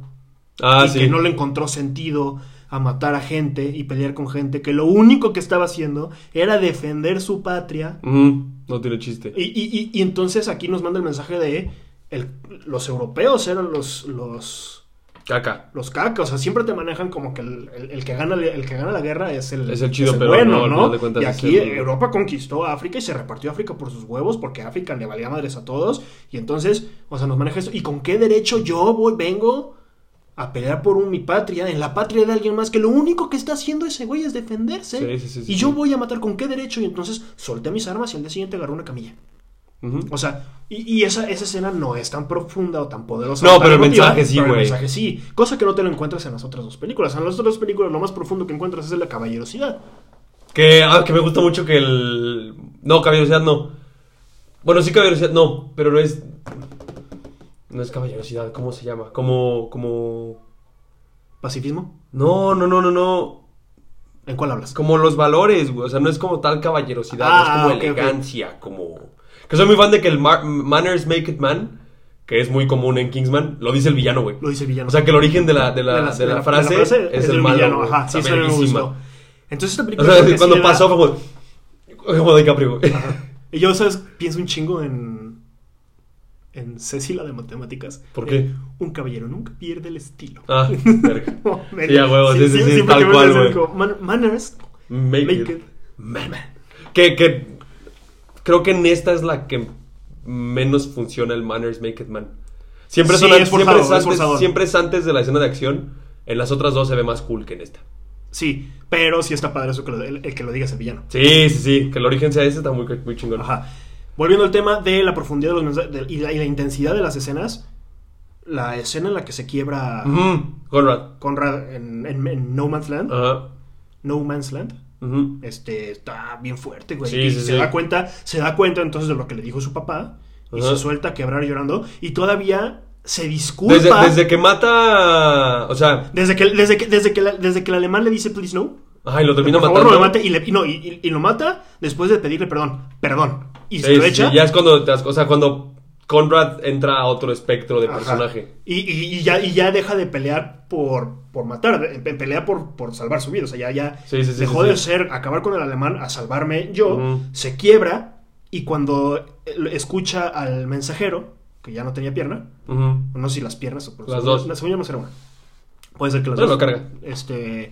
[SPEAKER 2] Ah,
[SPEAKER 1] y
[SPEAKER 2] sí.
[SPEAKER 1] que no le encontró sentido a matar a gente y pelear con gente, que lo único que estaba haciendo era defender su patria.
[SPEAKER 2] Ujú, no tiene chiste.
[SPEAKER 1] Y, y- y- y entonces aquí nos manda el mensaje de el- los europeos eran los, los,
[SPEAKER 2] Caca.
[SPEAKER 1] los cacas, o sea, siempre te manejan como que el, el- el que gana el que gana la guerra es el,
[SPEAKER 2] Es el chido, pero no, al final de cuentas
[SPEAKER 1] y
[SPEAKER 2] es
[SPEAKER 1] aquí
[SPEAKER 2] el-
[SPEAKER 1] Europa conquistó a África y se repartió África por sus huevos porque África le valía madres a todos y entonces, o sea, nos maneja esto y con qué derecho yo voy vengo a pelear por un- mi patria, en la patria de alguien más que lo único que está haciendo ese güey es defenderse
[SPEAKER 2] Sí, sí, sí, sí,
[SPEAKER 1] y yo
[SPEAKER 2] sí.
[SPEAKER 1] voy a matar con qué derecho y entonces solté mis armas y al día siguiente agarré una camilla.
[SPEAKER 2] Ujú.
[SPEAKER 1] O sea, y, y esa, esa escena no es tan profunda o tan poderosa.
[SPEAKER 2] No,
[SPEAKER 1] o tan
[SPEAKER 2] pero el
[SPEAKER 1] emotiva,
[SPEAKER 2] mensaje sí,
[SPEAKER 1] pero el
[SPEAKER 2] güey.
[SPEAKER 1] mensaje sí. Cosa que no te lo encuentras en las otras dos películas. En las otras dos películas lo más profundo que encuentras es la caballerosidad.
[SPEAKER 2] Que, ah, que me gusta mucho que el. No, caballerosidad no. Bueno, sí, caballerosidad no, pero no es. No es caballerosidad, ¿cómo se llama? Como. como.
[SPEAKER 1] ¿Pacifismo?
[SPEAKER 2] No, no, no, no, no.
[SPEAKER 1] ¿En cuál hablas?
[SPEAKER 2] Como los valores, güey. O sea, no es como tal caballerosidad,
[SPEAKER 1] Ah,
[SPEAKER 2] no es como
[SPEAKER 1] ok, ok.
[SPEAKER 2] elegancia, como. Que soy muy fan de que el mar- Manners Make It Man, que es muy común en Kingsman, lo dice el villano, güey.
[SPEAKER 1] Lo dice el villano.
[SPEAKER 2] O sea, que el origen de la, de la,
[SPEAKER 1] De
[SPEAKER 2] de la frase, es, el
[SPEAKER 1] del
[SPEAKER 2] malo.
[SPEAKER 1] villano,
[SPEAKER 2] güey.
[SPEAKER 1] Ajá, sí,
[SPEAKER 2] Está
[SPEAKER 1] eso me
[SPEAKER 2] verguísima.
[SPEAKER 1] gustó. Entonces esta
[SPEAKER 2] O
[SPEAKER 1] película... creo
[SPEAKER 2] sea,
[SPEAKER 1] que sí
[SPEAKER 2] cuando
[SPEAKER 1] le da-
[SPEAKER 2] pasó fue como. Como DiCaprio, güey.
[SPEAKER 1] Y yo, ¿sabes? Pienso un chingo en... En Ceci, la de matemáticas.
[SPEAKER 2] ¿Por
[SPEAKER 1] Eh,
[SPEAKER 2] qué?
[SPEAKER 1] un caballero nunca pierde el estilo.
[SPEAKER 2] Ah, verga.
[SPEAKER 1] Oh,
[SPEAKER 2] Sí, a huevo, sí, sí, sí,
[SPEAKER 1] siempre
[SPEAKER 2] tal
[SPEAKER 1] que me
[SPEAKER 2] cual,
[SPEAKER 1] dicen
[SPEAKER 2] güey.
[SPEAKER 1] como, "Man- Manners.
[SPEAKER 2] Make,
[SPEAKER 1] Make
[SPEAKER 2] it.
[SPEAKER 1] it.
[SPEAKER 2] Man, man. Que, que creo que en esta es la que menos funciona el Manners Make It Man. Siempre,
[SPEAKER 1] Sí,
[SPEAKER 2] son an-
[SPEAKER 1] es forzado,
[SPEAKER 2] siempre, es
[SPEAKER 1] es
[SPEAKER 2] antes,
[SPEAKER 1] forzado.
[SPEAKER 2] siempre es antes de la escena de acción. En las otras dos se ve más cool que en esta.
[SPEAKER 1] Sí, pero sí está padre eso que lo, el, el que lo digas el villano.
[SPEAKER 2] Sí, sí, sí. Que el origen sea ese está muy, muy chingón.
[SPEAKER 1] Ajá. Volviendo al tema de la profundidad de los mensajes de- y, la, y la intensidad de las escenas, la escena en la que se quiebra
[SPEAKER 2] Ujú, Conrad.
[SPEAKER 1] Conrad en, en- en No Man's Land,
[SPEAKER 2] Ajá.
[SPEAKER 1] No Man's Land,
[SPEAKER 2] ujú.
[SPEAKER 1] este, está bien fuerte, güey.
[SPEAKER 2] Sí,
[SPEAKER 1] Y
[SPEAKER 2] sí,
[SPEAKER 1] se
[SPEAKER 2] sí.
[SPEAKER 1] da cuenta, se da cuenta entonces de lo que le dijo su papá y
[SPEAKER 2] Ajá.
[SPEAKER 1] se suelta a quebrar llorando y todavía se disculpa.
[SPEAKER 2] Desde, desde que mata. O sea.
[SPEAKER 1] Desde que, desde, que, desde, que la- desde que el alemán le dice please no,
[SPEAKER 2] Ay, lo termina
[SPEAKER 1] por favor,
[SPEAKER 2] matando.
[SPEAKER 1] no lo mate y, le- y no, y, y- y lo mata después de pedirle perdón, perdón. Y se
[SPEAKER 2] Sí,
[SPEAKER 1] lo
[SPEAKER 2] sí,
[SPEAKER 1] echa.
[SPEAKER 2] sí, ya es cuando. te das- O sea, cuando Conrad entra a otro espectro de
[SPEAKER 1] Ajá.
[SPEAKER 2] personaje.
[SPEAKER 1] Y, y- y ya, y ya deja de pelear por, por matar, de- pe- pelea por, por salvar su vida. O sea, ya, ya
[SPEAKER 2] Sí, sí, sí,
[SPEAKER 1] dejó
[SPEAKER 2] sí,
[SPEAKER 1] de
[SPEAKER 2] sí.
[SPEAKER 1] ser acabar con el alemán a salvarme yo.
[SPEAKER 2] Ujú.
[SPEAKER 1] Se quiebra y cuando el- escucha al mensajero, que ya no tenía pierna,
[SPEAKER 2] Ujú.
[SPEAKER 1] no sé si las piernas o por
[SPEAKER 2] Las
[SPEAKER 1] según-
[SPEAKER 2] dos.
[SPEAKER 1] La segunda más era una. Puede ser que las
[SPEAKER 2] No,
[SPEAKER 1] dos.
[SPEAKER 2] no carga.
[SPEAKER 1] Este,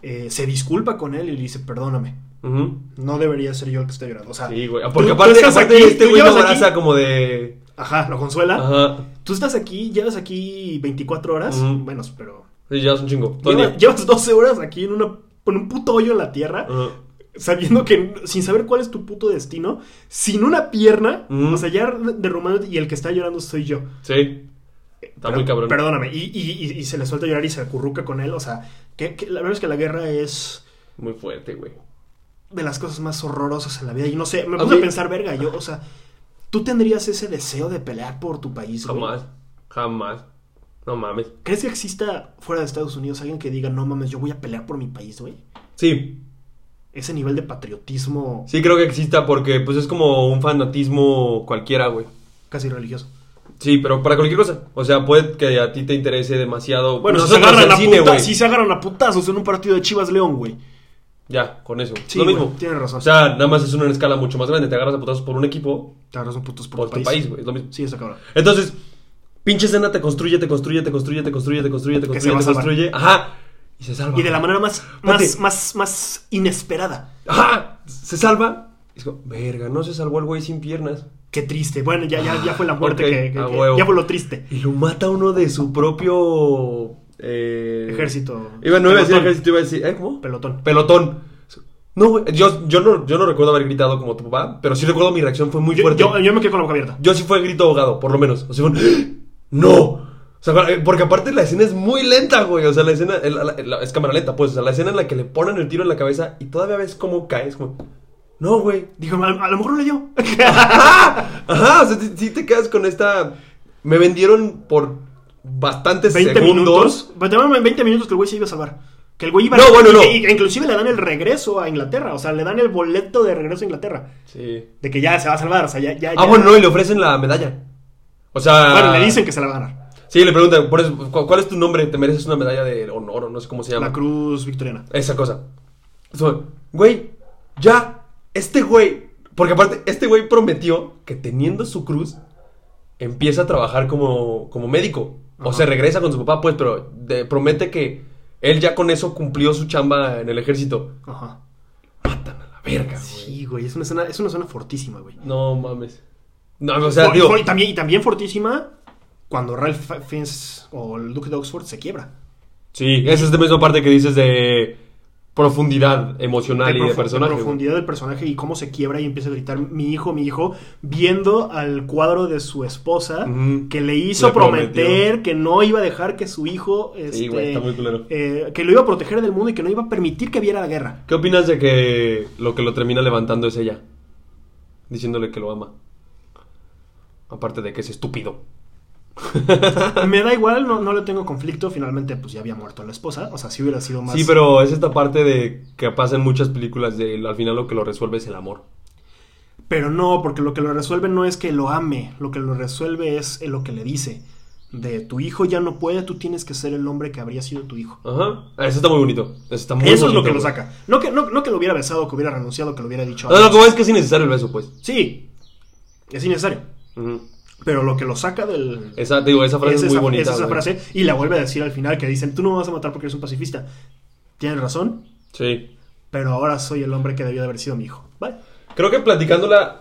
[SPEAKER 1] eh, se disculpa con él y le dice, perdóname.
[SPEAKER 2] Ujú.
[SPEAKER 1] No debería ser yo el que esté llorando. O sea,
[SPEAKER 2] Sí, güey. Porque
[SPEAKER 1] tú- tú
[SPEAKER 2] aparte,
[SPEAKER 1] estás
[SPEAKER 2] aparte
[SPEAKER 1] aquí,
[SPEAKER 2] este
[SPEAKER 1] tú
[SPEAKER 2] güey lo
[SPEAKER 1] llevas aquí- ¿Ah?
[SPEAKER 2] abraza como de.
[SPEAKER 1] Ajá, lo consuela.
[SPEAKER 2] Ajá.
[SPEAKER 1] Tú estás aquí, llevas aquí 24 horas,
[SPEAKER 2] Ujú.
[SPEAKER 1] menos, pero...
[SPEAKER 2] Sí, ya es un chingo. Todo el
[SPEAKER 1] Lleva-
[SPEAKER 2] día.
[SPEAKER 1] llevas 12 horas aquí en, una, en un puto hoyo en la tierra,
[SPEAKER 2] Ajá.
[SPEAKER 1] sabiendo que... Sin saber cuál es tu puto destino, sin una pierna,
[SPEAKER 2] Ujú.
[SPEAKER 1] o sea, ya derrumbándote y el que está llorando soy yo.
[SPEAKER 2] Sí. Está muy cabrón.
[SPEAKER 1] Perdóname. Y, y- y- y se le suelta a llorar y se acurruca con él, o sea, que, que la verdad es que la guerra es
[SPEAKER 2] Muy fuerte, güey.
[SPEAKER 1] de las cosas más horrorosas en la vida. Y no sé, me
[SPEAKER 2] A
[SPEAKER 1] puse a
[SPEAKER 2] mí-
[SPEAKER 1] pensar, verga, yo, o sea... ¿Tú tendrías ese deseo de pelear por tu país? güey?
[SPEAKER 2] Jamás. Jamás. No mames.
[SPEAKER 1] ¿Crees que exista fuera de Estados Unidos alguien que diga, no mames, yo voy a pelear por mi país, güey?
[SPEAKER 2] Sí.
[SPEAKER 1] Ese nivel de patriotismo
[SPEAKER 2] Sí, creo que exista porque, pues, es como un fanatismo cualquiera, güey.
[SPEAKER 1] casi religioso.
[SPEAKER 2] Sí, pero para cualquier cosa. O sea, puede que a ti te interese demasiado. Pues,
[SPEAKER 1] Bueno, si se
[SPEAKER 2] Nosotros
[SPEAKER 1] agarran
[SPEAKER 2] el
[SPEAKER 1] a
[SPEAKER 2] cine, güey.
[SPEAKER 1] putas, sí se agarran a putazos en un partido de Chivas León, güey.
[SPEAKER 2] Ya, con eso.
[SPEAKER 1] Sí,
[SPEAKER 2] Lo
[SPEAKER 1] güey,
[SPEAKER 2] mismo.
[SPEAKER 1] tienes razón.
[SPEAKER 2] O sea, nada más es una escala mucho más grande. Te agarras a putazos por un equipo,
[SPEAKER 1] Te agarras un putos por,
[SPEAKER 2] por tu país, güey. Es lo mismo.
[SPEAKER 1] Sí, eso cabrón.
[SPEAKER 2] Entonces, pinche escena te construye, te construye, te construye, te construye, te construye, te
[SPEAKER 1] Que
[SPEAKER 2] construye,
[SPEAKER 1] se va
[SPEAKER 2] te
[SPEAKER 1] a salvar.
[SPEAKER 2] construye. Ajá. Y se salva.
[SPEAKER 1] Y de la manera más,
[SPEAKER 2] Espérate.
[SPEAKER 1] más, más, más inesperada.
[SPEAKER 2] Ajá. Se salva. Y es como, verga, no se salvó el güey sin piernas.
[SPEAKER 1] Qué triste. Bueno, ya, ya, ya fue la muerte
[SPEAKER 2] Ah, Ok,
[SPEAKER 1] que, que-
[SPEAKER 2] a
[SPEAKER 1] que-
[SPEAKER 2] huevo. Eh,
[SPEAKER 1] Ya fue lo triste.
[SPEAKER 2] Y lo mata uno de su propio. eh,
[SPEAKER 1] Ejército.
[SPEAKER 2] Iba, no iba a decir
[SPEAKER 1] Pelotón.
[SPEAKER 2] ejército, iba a decir. ¿eh, ¿Cómo?
[SPEAKER 1] Pelotón.
[SPEAKER 2] Pelotón. No, güey, yo, yo, no, yo no recuerdo haber gritado como tu papá, pero sí recuerdo mi reacción fue muy
[SPEAKER 1] Yo,
[SPEAKER 2] fuerte.
[SPEAKER 1] yo- yo me quedé con la boca abierta.
[SPEAKER 2] Yo sí fue grito ahogado, por lo menos. O sea, fue un, ¡Ah! ¡No! O sea, eh, porque aparte la escena es muy lenta, güey. O sea, la escena el- la- la- es cámara lenta, pues. O sea, la escena en la que le ponen el tiro en la cabeza y todavía ves cómo caes, como. No, güey.
[SPEAKER 1] Dijo, a, a lo mejor no le dio.
[SPEAKER 2] ¡Ajá! Ajá. O sea, si te quedas con esta. Me vendieron por bastantes
[SPEAKER 1] 20
[SPEAKER 2] segundos.
[SPEAKER 1] minutos. Pero llaman 20 minutos que el güey se iba a salvar. Que el güey iba
[SPEAKER 2] No, bueno, no.
[SPEAKER 1] y- y- inclusive le dan el regreso a Inglaterra. O sea, le dan el boleto de regreso a Inglaterra.
[SPEAKER 2] Sí.
[SPEAKER 1] De que ya se va a salvar. O sea, ya. ya
[SPEAKER 2] Ah,
[SPEAKER 1] ya-
[SPEAKER 2] bueno, no, y Ah. le ofrecen la medalla. O sea.
[SPEAKER 1] Bueno, le dicen que se la va a ganar.
[SPEAKER 2] Sí, le preguntan, por eso, ¿cu- ¿cuál es tu nombre? ¿Te mereces una medalla de honor o no sé cómo se llama?
[SPEAKER 1] La cruz victoriana.
[SPEAKER 2] Esa cosa. So, güey, ya, este güey. Porque aparte, este güey prometió que teniendo su cruz, empieza a trabajar como, como médico. O
[SPEAKER 1] Ajá.
[SPEAKER 2] se regresa con su papá, pues, pero de- promete que él ya con eso cumplió su chamba en el ejército.
[SPEAKER 1] Ajá.
[SPEAKER 2] Matan a la verga, güey.
[SPEAKER 1] Sí, güey. Es una escena, es una escena fortísima, güey.
[SPEAKER 2] No mames. No, o sea,
[SPEAKER 1] Fue-
[SPEAKER 2] digo.
[SPEAKER 1] fue- y, también, y también fortísima cuando Ralph F- Fiennes o el Duque de Oxford se quiebra.
[SPEAKER 2] Sí, esa es la misma parte que dices de. profundidad emocional y de
[SPEAKER 1] profu-
[SPEAKER 2] personaje. güey.
[SPEAKER 1] profundidad del personaje y cómo se quiebra y empieza a gritar mi hijo, mi hijo, viendo al cuadro de su esposa
[SPEAKER 2] Ujú.
[SPEAKER 1] que le hizo
[SPEAKER 2] Le prometió.
[SPEAKER 1] prometiter que no iba a dejar que su hijo, este,
[SPEAKER 2] güey, está muy culero.
[SPEAKER 1] eh, que lo iba a proteger del mundo y que no iba a permitir que viera la guerra.
[SPEAKER 2] ¿Qué opinas de que lo que lo termina levantando es ella? Diciéndole que lo ama. Aparte de que es estúpido.
[SPEAKER 1] Me da igual, no, no le tengo conflicto. Finalmente, pues ya había muerto la esposa. O sea, si hubiera sido más.
[SPEAKER 2] Sí, pero es esta parte de que pasa en muchas películas de al final lo que lo resuelve es el amor.
[SPEAKER 1] Pero no, porque lo que lo resuelve no es que lo ame, lo que lo resuelve es eh, lo que le dice. De tu hijo ya no puede, tú tienes que ser el hombre que habría sido tu hijo.
[SPEAKER 2] Ajá. Ah, Eso está muy bonito. Eso está muy
[SPEAKER 1] Eso es lo
[SPEAKER 2] bonito,
[SPEAKER 1] que lo
[SPEAKER 2] güey.
[SPEAKER 1] saca. No que, no, no que lo hubiera besado, que hubiera renunciado, que lo hubiera dicho.
[SPEAKER 2] No, lo que pasa es que es innecesario el beso, pues.
[SPEAKER 1] Sí, es innecesario.
[SPEAKER 2] Ujú.
[SPEAKER 1] Pero lo que lo saca del.
[SPEAKER 2] Esa, te digo, esa frase es, muy
[SPEAKER 1] esa,
[SPEAKER 2] bonita.
[SPEAKER 1] es esa
[SPEAKER 2] güey.
[SPEAKER 1] frase. Y la vuelve a decir al final que dicen: Tú no me vas a matar porque eres un pacifista. Tienes razón,
[SPEAKER 2] Sí.
[SPEAKER 1] pero ahora soy el hombre que debió de haber sido mi hijo. Vale.
[SPEAKER 2] Creo que platicándola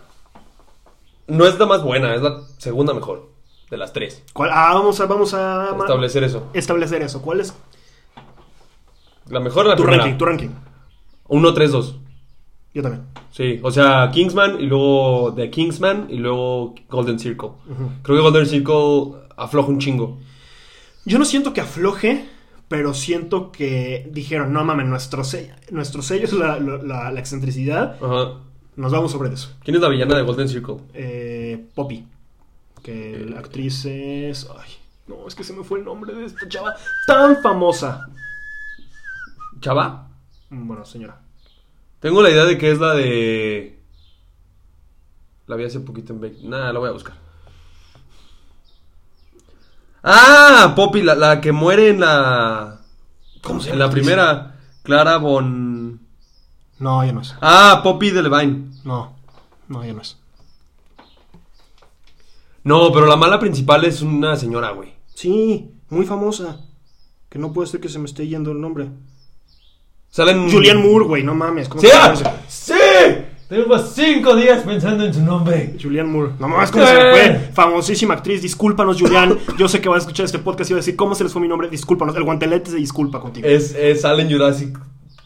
[SPEAKER 2] no es la más buena, es la segunda mejor de las tres.
[SPEAKER 1] ¿Cuál- Ah, vamos a. Vamos a ma-
[SPEAKER 2] Establecer eso.
[SPEAKER 1] establecer eso. ¿Cuál es
[SPEAKER 2] La mejor la
[SPEAKER 1] tu
[SPEAKER 2] primera.
[SPEAKER 1] ranking? Tu ranking.
[SPEAKER 2] 1, 3, 2.
[SPEAKER 1] Yo también.
[SPEAKER 2] Sí, o sea, Kingsman y luego The Kingsman y luego Golden Circle.
[SPEAKER 1] Ujú.
[SPEAKER 2] Creo que Golden Circle afloja un chingo.
[SPEAKER 1] Yo no siento que afloje, pero siento que dijeron, no mames, nuestro, se- nuestro sello es la, la- la- la excentricidad,
[SPEAKER 2] Ajá.
[SPEAKER 1] nos vamos sobre eso.
[SPEAKER 2] ¿Quién es la villana de Golden Circle?
[SPEAKER 1] Eh, Poppy, que la actriz es... Ay, no, es que se me fue el nombre de esta chava tan famosa.
[SPEAKER 2] ¿Chava?
[SPEAKER 1] Mm, Bueno, señora.
[SPEAKER 2] Tengo la idea de que es la de... La vi hace poquito en... Beck- Nah, la voy a buscar. ¡Ah! Poppy, la, la que muere en la...
[SPEAKER 1] ¿Cómo se
[SPEAKER 2] En la
[SPEAKER 1] actriz?
[SPEAKER 2] primera. Clara Von...
[SPEAKER 1] No, ya no es.
[SPEAKER 2] Ah, Poppy de Levine.
[SPEAKER 1] No, no, ya no es.
[SPEAKER 2] No, pero la mala principal es una señora, güey.
[SPEAKER 1] Sí, muy famosa. Que no puede ser que se me esté yendo el nombre.
[SPEAKER 2] Salen...
[SPEAKER 1] Julian Moore, güey, no mames. ¿cómo
[SPEAKER 2] Mm. ¡Sí!
[SPEAKER 1] se llama ese?
[SPEAKER 2] ¡Sí! Tengo cinco días pensando en su nombre.
[SPEAKER 1] Julianne Moore. No mames, ¿cómo se me fue? Famosísima actriz. Discúlpanos, Julianne. Yo sé que vas a escuchar este podcast y va a decir cómo se les fue mi nombre. Discúlpanos. El guantelete se disculpa contigo.
[SPEAKER 2] Es, es salen Jurassic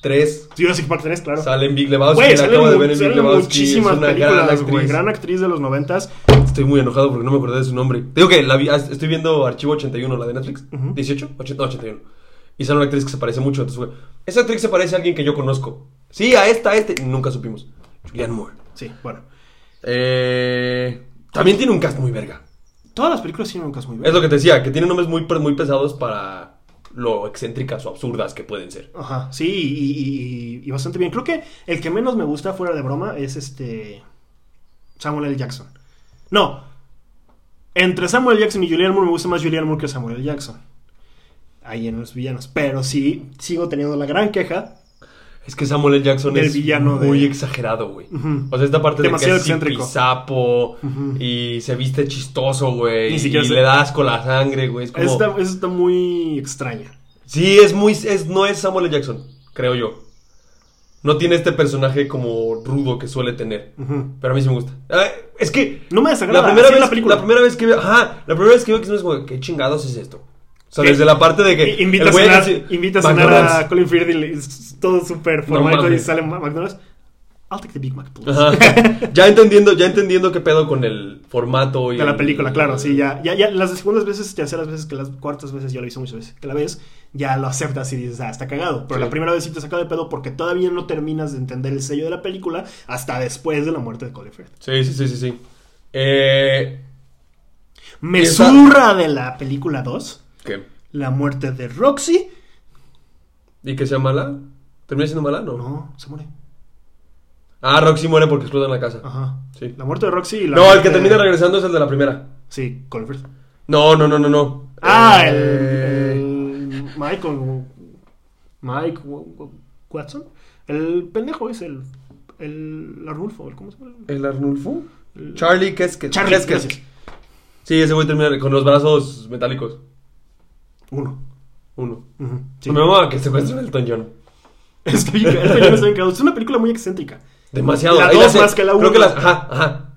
[SPEAKER 2] 3.
[SPEAKER 1] Jurassic Park 3, claro.
[SPEAKER 2] Salen Big Lebowski.
[SPEAKER 1] Güey,
[SPEAKER 2] la
[SPEAKER 1] salen,
[SPEAKER 2] acabo de
[SPEAKER 1] mu-
[SPEAKER 2] ver en Big
[SPEAKER 1] salen
[SPEAKER 2] Lebowski.
[SPEAKER 1] muchísimas
[SPEAKER 2] es una gran
[SPEAKER 1] películas,
[SPEAKER 2] actriz.
[SPEAKER 1] güey. Gran actriz de los noventas.
[SPEAKER 2] Estoy muy enojado porque no me acordé de su nombre. Te Digo que la vi- ah, estoy viendo Archivo 81, la de Netflix.
[SPEAKER 1] Ujú.
[SPEAKER 2] 18, 80, no, 81. Y sale una actriz que se parece mucho. Entonces, güey, esa actriz se parece a alguien que yo conozco. Sí, a esta, a este. Nunca supimos. Julianne Moore.
[SPEAKER 1] Sí, bueno.
[SPEAKER 2] Eh, también tiene un cast muy verga.
[SPEAKER 1] Todas las películas tienen un caso muy bien.
[SPEAKER 2] Es lo que te decía, que tiene nombres muy, muy pesados para lo excéntricas o absurdas que pueden ser.
[SPEAKER 1] Ajá, sí, y, y- y- y bastante bien. Creo que el que menos me gusta, fuera de broma, es este. Samuel L. Jackson. No. Entre Samuel Jackson y Julian Moore me gusta más Julian Moore que Samuel L. Jackson. Ahí en los villanos. Pero sí, sigo teniendo la gran queja.
[SPEAKER 2] Es que Samuel L. Jackson
[SPEAKER 1] Del
[SPEAKER 2] es
[SPEAKER 1] villano de-
[SPEAKER 2] muy exagerado, güey.
[SPEAKER 1] Ujú.
[SPEAKER 2] O sea, esta parte
[SPEAKER 1] Demasiado
[SPEAKER 2] de que
[SPEAKER 1] excéntrico.
[SPEAKER 2] es sapo
[SPEAKER 1] Ujú.
[SPEAKER 2] y se viste chistoso, güey.
[SPEAKER 1] Ni
[SPEAKER 2] Y
[SPEAKER 1] siquiera se-
[SPEAKER 2] le da asco la sangre, güey. Es como...
[SPEAKER 1] Esta, esta está muy extraña.
[SPEAKER 2] Sí, es muy... Es, no es Samuel L. Jackson, creo yo. No tiene este personaje como rudo que suele tener.
[SPEAKER 1] Ujú.
[SPEAKER 2] Pero a mí sí me gusta. Ah, es que...
[SPEAKER 1] No me desagrada.
[SPEAKER 2] la primera
[SPEAKER 1] así es
[SPEAKER 2] vez
[SPEAKER 1] la película.
[SPEAKER 2] primera vez que veo ajá la primera vez que veo que es como qué chingados es esto o sea
[SPEAKER 1] ¿Qué?
[SPEAKER 2] desde la parte de que
[SPEAKER 1] I- invita,
[SPEAKER 2] el
[SPEAKER 1] a
[SPEAKER 2] güey
[SPEAKER 1] cenar,
[SPEAKER 2] así-
[SPEAKER 1] invita a cenar
[SPEAKER 2] McDonald's.
[SPEAKER 1] a Colin Firth y le- es todo súper formal y
[SPEAKER 2] mames.
[SPEAKER 1] sale Ma- McDonald's. I'll take the Big Mac, please.
[SPEAKER 2] Ajá. ya entendiendo ya entendiendo qué pedo con el formato y
[SPEAKER 1] De la
[SPEAKER 2] el-
[SPEAKER 1] película, claro, sí, ya, ya, ya las segundas veces, terceras veces, que las cuartas veces, yo lo hice muchas veces, que la ves, ya lo aceptas y dices, ah, está cagado. Pero
[SPEAKER 2] Sí.
[SPEAKER 1] la primera vez sí te saca de pedo porque todavía no terminas de entender el sello de la película hasta después de la muerte de Colin Firth.
[SPEAKER 2] sí sí sí sí sí eh,
[SPEAKER 1] Me
[SPEAKER 2] Esa-
[SPEAKER 1] zurra de la película 2,
[SPEAKER 2] qué
[SPEAKER 1] la muerte de Roxy.
[SPEAKER 2] y que sea mala termina siendo mala no,
[SPEAKER 1] No, se muere.
[SPEAKER 2] ah Roxy muere porque explotan la casa
[SPEAKER 1] Ajá.
[SPEAKER 2] sí
[SPEAKER 1] La muerte de Roxy y Ah. la
[SPEAKER 2] no el
[SPEAKER 1] muerte
[SPEAKER 2] que
[SPEAKER 1] de-
[SPEAKER 2] termina regresando es el de la primera
[SPEAKER 1] Sí, Colin Firth.
[SPEAKER 2] no no no no no
[SPEAKER 1] Ah, el,
[SPEAKER 2] Eh,
[SPEAKER 1] el Michael. Mike Watson. El pendejo es el. El Arnulfo. el- ¿Cómo se llama?
[SPEAKER 2] el Arnulfo
[SPEAKER 1] El-
[SPEAKER 2] Charlie Keskes
[SPEAKER 1] Charlie,
[SPEAKER 2] Keskes.
[SPEAKER 1] gracias.
[SPEAKER 2] sí ese güey termina con los brazos metálicos
[SPEAKER 1] Uno.
[SPEAKER 2] uno
[SPEAKER 1] Ujú, sí.
[SPEAKER 2] Me mama que secuestren a Elton John.
[SPEAKER 1] Está bien, está bien, está bien, claro. Es una película muy excéntrica.
[SPEAKER 2] Demasiado.
[SPEAKER 1] La
[SPEAKER 2] Ahí
[SPEAKER 1] dos
[SPEAKER 2] sé.
[SPEAKER 1] más que la uno.
[SPEAKER 2] Creo que las. Ajá, ajá.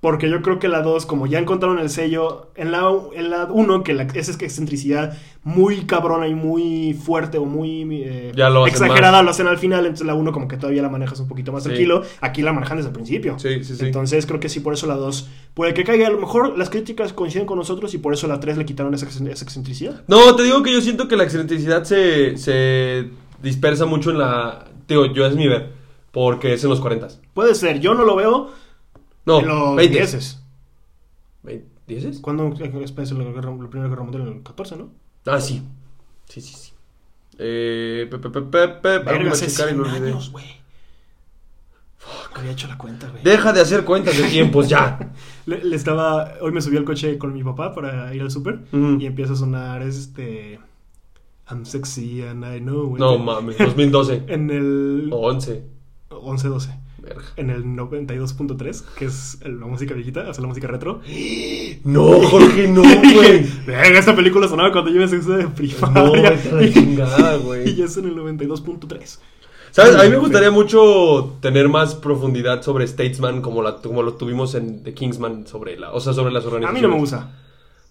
[SPEAKER 1] Porque yo creo que la 2, como ya encontraron el sello, en la 1, en la uno, que la, esa excentricidad muy cabrona y muy fuerte o muy eh,
[SPEAKER 2] Ya lo hacen
[SPEAKER 1] exagerada
[SPEAKER 2] más.
[SPEAKER 1] lo hacen al final, entonces la 1 como que todavía la manejas un poquito más
[SPEAKER 2] Sí.
[SPEAKER 1] tranquilo, aquí la manejan desde el principio.
[SPEAKER 2] Sí, sí, sí.
[SPEAKER 1] Entonces creo que sí, por eso la 2, puede que caiga, a lo mejor las críticas coinciden con nosotros y por eso la 3 le quitaron esa, excen- esa excentricidad.
[SPEAKER 2] No, te digo que yo siento que la excentricidad se, se dispersa mucho en la. Digo, yo es mi ver. Porque es en los 40.
[SPEAKER 1] Puede ser, yo no lo veo
[SPEAKER 2] No,
[SPEAKER 1] en los
[SPEAKER 2] 20.
[SPEAKER 1] 10s.
[SPEAKER 2] ¿Vein- ¿Dieces?
[SPEAKER 1] Cuando es la, guerra- la primera guerra mundial en el 14, ¿no?
[SPEAKER 2] Ah, sí. Sí, sí, sí. Eh. Pe, pe, pe, pe, pe, algo
[SPEAKER 1] Verga,
[SPEAKER 2] iba a
[SPEAKER 1] hace
[SPEAKER 2] checar y
[SPEAKER 1] 100
[SPEAKER 2] lo olvidé.
[SPEAKER 1] años, güey. Fuck, había hecho la cuenta, güey.
[SPEAKER 2] Deja de hacer cuentas de tiempos ya.
[SPEAKER 1] Le, le estaba. Hoy me subí al coche con mi papá para ir al súper
[SPEAKER 2] Ujú.
[SPEAKER 1] y empieza a sonar este. I'm sexy and I know. it.
[SPEAKER 2] No mames, Oh. 2012.
[SPEAKER 1] En el.
[SPEAKER 2] O 11.
[SPEAKER 1] 11-12.
[SPEAKER 2] Verga.
[SPEAKER 1] En el 92.3, que es el- la música viejita, o sea, la música retro.
[SPEAKER 2] No, Jorge, no, güey.
[SPEAKER 1] Verga, esta película sonaba cuando yo me sexo de
[SPEAKER 2] No,
[SPEAKER 1] primaria.
[SPEAKER 2] vete a la chingada,
[SPEAKER 1] y
[SPEAKER 2] güey.
[SPEAKER 1] ya es en el 92.3.
[SPEAKER 2] ¿Sabes? A mí me gustaría mucho tener más profundidad sobre Statesman como, la, como lo tuvimos en The Kingsman sobre la, o sea, sobre las
[SPEAKER 1] A mí
[SPEAKER 2] organizaciones.
[SPEAKER 1] no me gusta.